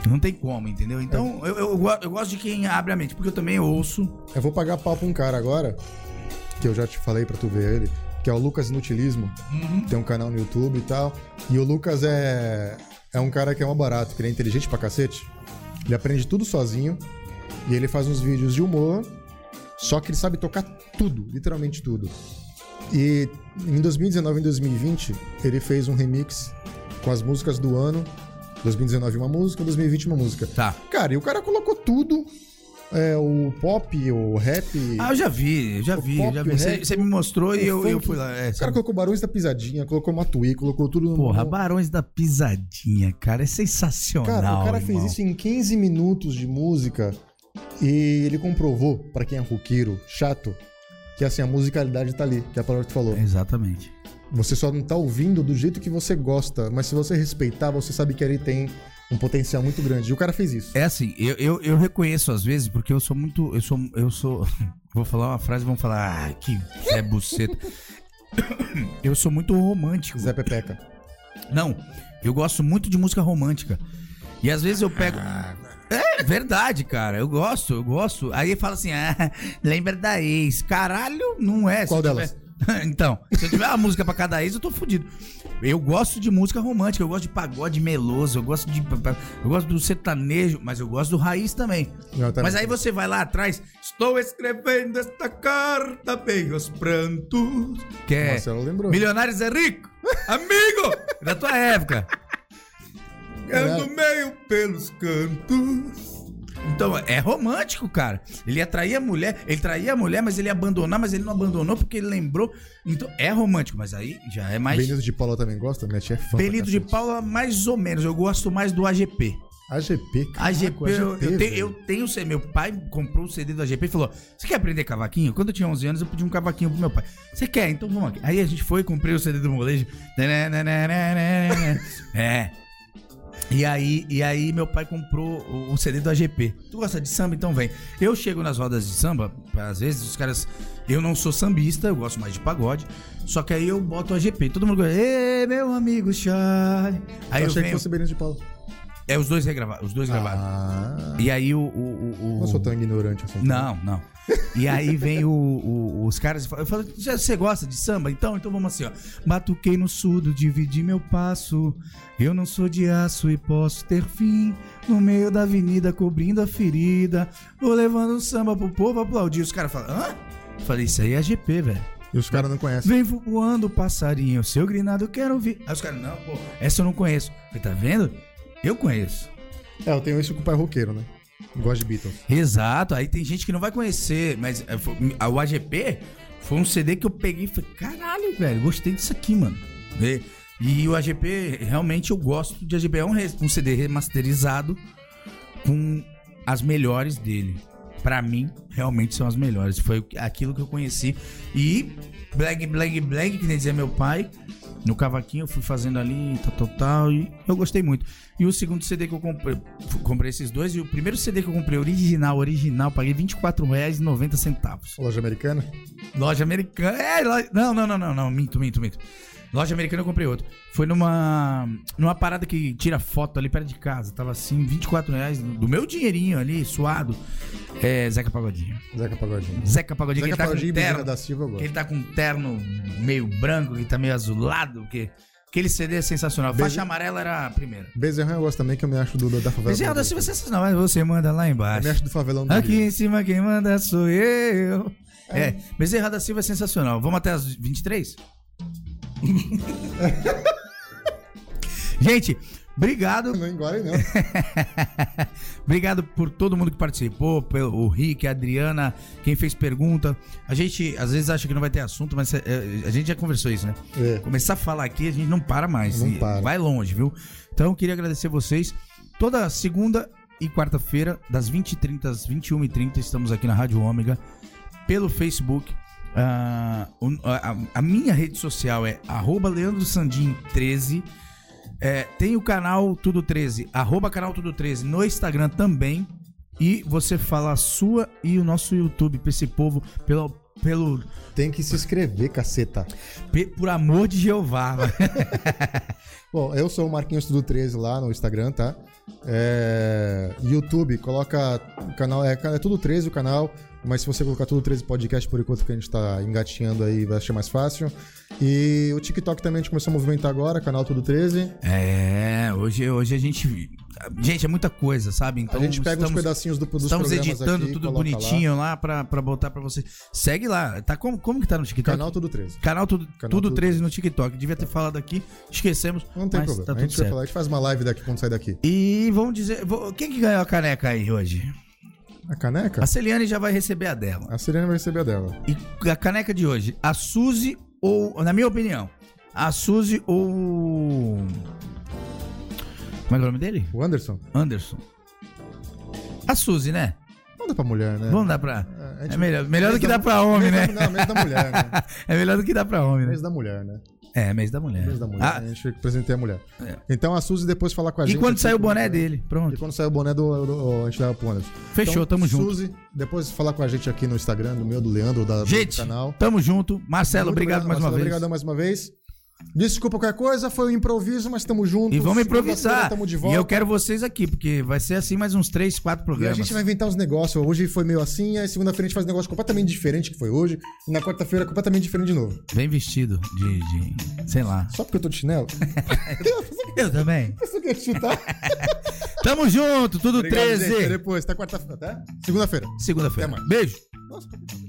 [SPEAKER 2] Não tem como, entendeu? Então, eu, eu, go- eu gosto de quem abre a mente, porque eu também ouço.
[SPEAKER 1] Eu vou pagar pau pra um cara agora, que eu já te falei pra tu ver ele, que é o Lucas Inutilismo. Tem um canal no YouTube e tal. E o Lucas é, é um cara que é uma barato, que ele é inteligente pra cacete. Ele aprende tudo sozinho. E ele faz uns vídeos de humor, só que ele sabe tocar tudo, literalmente tudo. E em 2019 e 2020, ele fez um remix com as músicas do ano. 2019 uma música, 2020 uma música.
[SPEAKER 2] Tá.
[SPEAKER 1] Cara, e o cara colocou tudo. É, o pop, o rap.
[SPEAKER 2] Ah, eu já vi, eu já
[SPEAKER 1] O
[SPEAKER 2] vi,
[SPEAKER 1] pop,
[SPEAKER 2] eu já vi.
[SPEAKER 1] o
[SPEAKER 2] Você
[SPEAKER 1] rap,
[SPEAKER 2] você me mostrou e
[SPEAKER 1] o
[SPEAKER 2] eu, eu
[SPEAKER 1] funk.
[SPEAKER 2] fui lá. É,
[SPEAKER 1] o cara um colocou Barões da Pisadinha, colocou Matuí, colocou tudo no.
[SPEAKER 2] Porra,
[SPEAKER 1] no-
[SPEAKER 2] Barões da Pisadinha, cara, é sensacional.
[SPEAKER 1] Cara, o cara fez
[SPEAKER 2] irmão.
[SPEAKER 1] isso em 15 minutos de música e ele comprovou, pra quem é roqueiro, chato, que assim, a musicalidade tá ali, que é a palavra que tu falou.
[SPEAKER 2] Exatamente.
[SPEAKER 1] Você só não tá ouvindo do jeito que você gosta, mas se você respeitar, você sabe que ele tem um potencial muito grande. E o cara fez isso.
[SPEAKER 2] É assim, eu, eu, eu reconheço às vezes, porque eu sou muito. Eu sou. Eu sou. Vou falar uma frase e vão falar. Ah, que é buceta. eu sou muito romântico.
[SPEAKER 1] Zé Pepeca.
[SPEAKER 2] Não, eu gosto muito de música romântica. E às vezes eu pego.
[SPEAKER 1] Ah.
[SPEAKER 2] É verdade, cara. Eu gosto, eu gosto. Aí fala assim: ah, lembra da ex. Caralho, não é. Se
[SPEAKER 1] Qual
[SPEAKER 2] eu tiver-
[SPEAKER 1] delas?
[SPEAKER 2] então, se eu tiver uma música pra cada ex, eu tô fudido. Eu gosto de música romântica, eu gosto de pagode meloso, eu gosto de. Eu gosto do sertanejo, mas eu gosto do raiz também.
[SPEAKER 1] Não, tá-
[SPEAKER 2] Mas aí você vai lá atrás, estou escrevendo esta carta, bem os prantos. Que é.
[SPEAKER 1] Marcelo lembrou.
[SPEAKER 2] Milionários é rico, amigo da tua época.
[SPEAKER 1] Caralho.
[SPEAKER 2] Ando meio pelos cantos. Então, é romântico, cara. Ele atraía a mulher, ele traía a mulher, mas ele ia abandonar, mas ele não abandonou porque ele lembrou. Então, é romântico, mas aí já é mais. Benito,
[SPEAKER 1] Benito de Paula também gosta? Minha tia é fã. pra
[SPEAKER 2] de
[SPEAKER 1] cacete.
[SPEAKER 2] Paula, mais ou menos. Eu gosto mais do AGP.
[SPEAKER 1] AGP, cara.
[SPEAKER 2] AGP, eu, eu, tenho,
[SPEAKER 1] velho.
[SPEAKER 2] eu tenho CD. Meu pai comprou o CD do AGP e falou: Você quer aprender cavaquinho? Quando eu tinha 11 anos, eu pedi um cavaquinho pro meu pai. Você quer? Então vamos aqui. Aí a gente foi, comprei o CD do molejo. É. E aí, e aí meu pai comprou o, o CD do AGP. Tu gosta de samba? Então vem. Eu chego nas rodas de samba, às vezes os caras. Eu não sou sambista, eu gosto mais de pagode. Só que aí eu boto o AGP. Todo mundo gosta. Ê, meu amigo Charlie. Aí
[SPEAKER 1] Eu
[SPEAKER 2] eu,
[SPEAKER 1] achei que
[SPEAKER 2] venho.
[SPEAKER 1] fosse Benito de Paula.
[SPEAKER 2] É os dois regravados. Os dois gravados.
[SPEAKER 1] Ah,
[SPEAKER 2] E aí o. o- o- o-
[SPEAKER 1] não sou tão ignorante assim.
[SPEAKER 2] Não, não. E aí vem o- o- os caras e falam, eu falo, "Já você gosta de samba? Então, então vamos assim, ó. Batuquei no surdo, dividi meu passo. Eu não sou de aço e posso ter fim. No meio da avenida, cobrindo a ferida. Vou levando o samba pro povo aplaudir. Os caras falam, hã? Eu Falei, isso aí é GP, velho.
[SPEAKER 1] E os caras não conhecem.
[SPEAKER 2] Vem voando passarinho, seu grinado quero ouvir. Aí os caras, não, pô, essa eu não conheço. Eu Falei, tá vendo? Eu conheço.
[SPEAKER 1] É, eu tenho isso com o pai roqueiro, né? Gosto de Beatles.
[SPEAKER 2] Exato, aí tem gente que não vai conhecer, mas é, foi- a- o AGP foi um CD que eu peguei e falei, caralho, velho, gostei disso aqui, mano. E, e o AGP, realmente eu gosto de AGP, é um, re- um CD remasterizado com as melhores dele. Pra mim, realmente são as melhores, foi o que- aquilo que eu conheci. E Blag, Blag, Blag, que nem dizia meu pai, no cavaquinho eu fui fazendo ali, tal, tal, tal, e eu gostei muito. E o segundo CD que eu comprei, f- comprei esses dois, e o primeiro CD que eu comprei, original, original, paguei R$24,90.
[SPEAKER 1] Loja americana?
[SPEAKER 2] Loja americana. É, loja... Não, não, não, não, não, minto, minto, minto. Loja americana eu comprei outro. Foi numa numa parada que tira foto ali perto de casa. Tava assim, 24 reais do meu dinheirinho ali, suado. É, Zeca Pagodinho.
[SPEAKER 1] Zeca Pagodinho.
[SPEAKER 2] Zeca Pagodinho,
[SPEAKER 1] Zeca
[SPEAKER 2] que ele tá
[SPEAKER 1] Pagodinho e
[SPEAKER 2] com terno.
[SPEAKER 1] Bezerra da Silva
[SPEAKER 2] Que
[SPEAKER 1] agora.
[SPEAKER 2] ele tá com um terno meio branco, que tá meio azulado, que aquele CD é sensacional.
[SPEAKER 1] Beijo.
[SPEAKER 2] Faixa amarela era a primeira.
[SPEAKER 1] Bezerra eu gosto também, que eu me acho do, da favela.
[SPEAKER 2] Bezerra da
[SPEAKER 1] do-
[SPEAKER 2] Silva é sensacional, mas você manda lá
[SPEAKER 1] Eu
[SPEAKER 2] embaixo.
[SPEAKER 1] me acho do favelão do
[SPEAKER 2] Aqui
[SPEAKER 1] Rio.
[SPEAKER 2] em cima quem manda sou eu. É, Bezerra da Silva é sensacional. Vamos até as 23? Gente, obrigado.
[SPEAKER 1] Não engole, não.
[SPEAKER 2] Obrigado por todo mundo que participou, pelo o Rick, a Adriana, quem fez pergunta. A gente às vezes acha que não vai ter assunto, mas é, é, a gente já conversou isso, né?
[SPEAKER 1] É.
[SPEAKER 2] Começar a falar aqui, a gente não para mais.
[SPEAKER 1] Não
[SPEAKER 2] E
[SPEAKER 1] para.
[SPEAKER 2] Vai longe, viu? Então, eu queria agradecer vocês. Toda segunda e quarta-feira, das 20h30 às 21h30, estamos aqui na Rádio Ômega, pelo Facebook. Ah, o- a, a minha rede social é arroba leandrosandim13. É, tem o canal Tudo 13, arroba canal Tudo 13 no Instagram também. E você fala a sua e o nosso YouTube pra esse povo, pela pelo,
[SPEAKER 1] Tem que se inscrever, caceta.
[SPEAKER 2] pe- por amor de Jeová. mano.
[SPEAKER 1] Bom, eu sou o Marquinhos do 13 lá no Instagram, tá? É, YouTube, coloca o canal. É, é tudo 13 o canal, mas se você colocar tudo 13 podcast por enquanto que a gente tá engatinhando aí, vai ser mais fácil. E o TikTok também a gente começou a movimentar agora, canal Tudo 13.
[SPEAKER 2] é, hoje, hoje a gente. Gente, é muita coisa, sabe? Então
[SPEAKER 1] a gente pega uns
[SPEAKER 2] estamos-
[SPEAKER 1] pedacinhos do, dos
[SPEAKER 2] Estamos
[SPEAKER 1] programas
[SPEAKER 2] editando
[SPEAKER 1] aqui,
[SPEAKER 2] tudo
[SPEAKER 1] coloca
[SPEAKER 2] bonitinho lá, pra, pra botar pra você. Segue lá. Tá como, como que tá no
[SPEAKER 1] Lá.
[SPEAKER 2] TikTok?
[SPEAKER 1] Canal Tudo 13.
[SPEAKER 2] Canal tudo,
[SPEAKER 1] Canal
[SPEAKER 2] tudo
[SPEAKER 1] Tudo
[SPEAKER 2] 13 no TikTok. Devia ter falado aqui, esquecemos.
[SPEAKER 1] Não tem
[SPEAKER 2] mas
[SPEAKER 1] problema.
[SPEAKER 2] Tá
[SPEAKER 1] a
[SPEAKER 2] tudo
[SPEAKER 1] gente vai
[SPEAKER 2] certo.
[SPEAKER 1] falar, a gente faz uma live daqui quando sair daqui.
[SPEAKER 2] E vamos dizer. vou- Quem que ganhou a caneca aí hoje?
[SPEAKER 1] A caneca?
[SPEAKER 2] A Celiane já vai receber a dela.
[SPEAKER 1] A Serena vai receber a dela.
[SPEAKER 2] E a caneca de hoje, a Suzy ou. Na minha opinião, a Suzy ou. Como é que é o nome dele?
[SPEAKER 1] O Anderson?
[SPEAKER 2] Anderson. A Suzy, né?
[SPEAKER 1] Manda pra mulher, né?
[SPEAKER 2] Vamos dar pra.
[SPEAKER 1] A gente-
[SPEAKER 2] É melhor, melhor do que
[SPEAKER 1] Mês da-
[SPEAKER 2] dá pra homem, né?
[SPEAKER 1] mês da- Não, mês da mulher, né?
[SPEAKER 2] É melhor do que dá pra homem, né?
[SPEAKER 1] Mês da mulher, né?
[SPEAKER 2] É, mês da mulher.
[SPEAKER 1] Mês da mulher. né?
[SPEAKER 2] Ah, É.
[SPEAKER 1] A gente apresentei a mulher. Então a Suzy depois falar com a
[SPEAKER 2] e
[SPEAKER 1] gente.
[SPEAKER 2] quando
[SPEAKER 1] aqui,
[SPEAKER 2] saiu o
[SPEAKER 1] como-
[SPEAKER 2] boné dele?
[SPEAKER 1] E
[SPEAKER 2] Pronto.
[SPEAKER 1] quando saiu o boné do. do- a gente leva pro Anderson. Então,
[SPEAKER 2] Fechou, tamo junto.
[SPEAKER 1] Suzy, depois falar com a gente aqui no Instagram, do meu, do Leandro, da,
[SPEAKER 2] Gente,
[SPEAKER 1] do canal.
[SPEAKER 2] tamo junto. Marcelo,
[SPEAKER 1] Muito
[SPEAKER 2] obrigado, mais uma
[SPEAKER 1] Marcelo,
[SPEAKER 2] vez.
[SPEAKER 1] Obrigadão mais uma vez. Desculpa qualquer coisa, foi um improviso, mas tamo junto.
[SPEAKER 2] E vamos
[SPEAKER 1] Segunda-feira
[SPEAKER 2] improvisar.
[SPEAKER 1] Tamo de
[SPEAKER 2] E é
[SPEAKER 1] volta.
[SPEAKER 2] eu quero vocês aqui, porque vai ser assim mais uns três, quatro
[SPEAKER 1] E a
[SPEAKER 2] programas.
[SPEAKER 1] gente vai inventar uns negócios. Hoje foi meio assim, aí segunda-feira a gente faz um negócio completamente diferente que foi hoje. E na quarta-feira completamente diferente de novo.
[SPEAKER 2] Bem vestido de, de- Sei lá.
[SPEAKER 1] Só porque eu tô de chinelo?
[SPEAKER 2] Eu também.
[SPEAKER 1] Pensou que eu ia te chutar?
[SPEAKER 2] Tamo junto, tudo
[SPEAKER 1] Obrigado, gente. Até
[SPEAKER 2] 13.
[SPEAKER 1] depois, tá quarta-feira, tá? Segunda-feira. Até
[SPEAKER 2] Segunda-feira.
[SPEAKER 1] mais.
[SPEAKER 2] Beijo.
[SPEAKER 1] Nossa,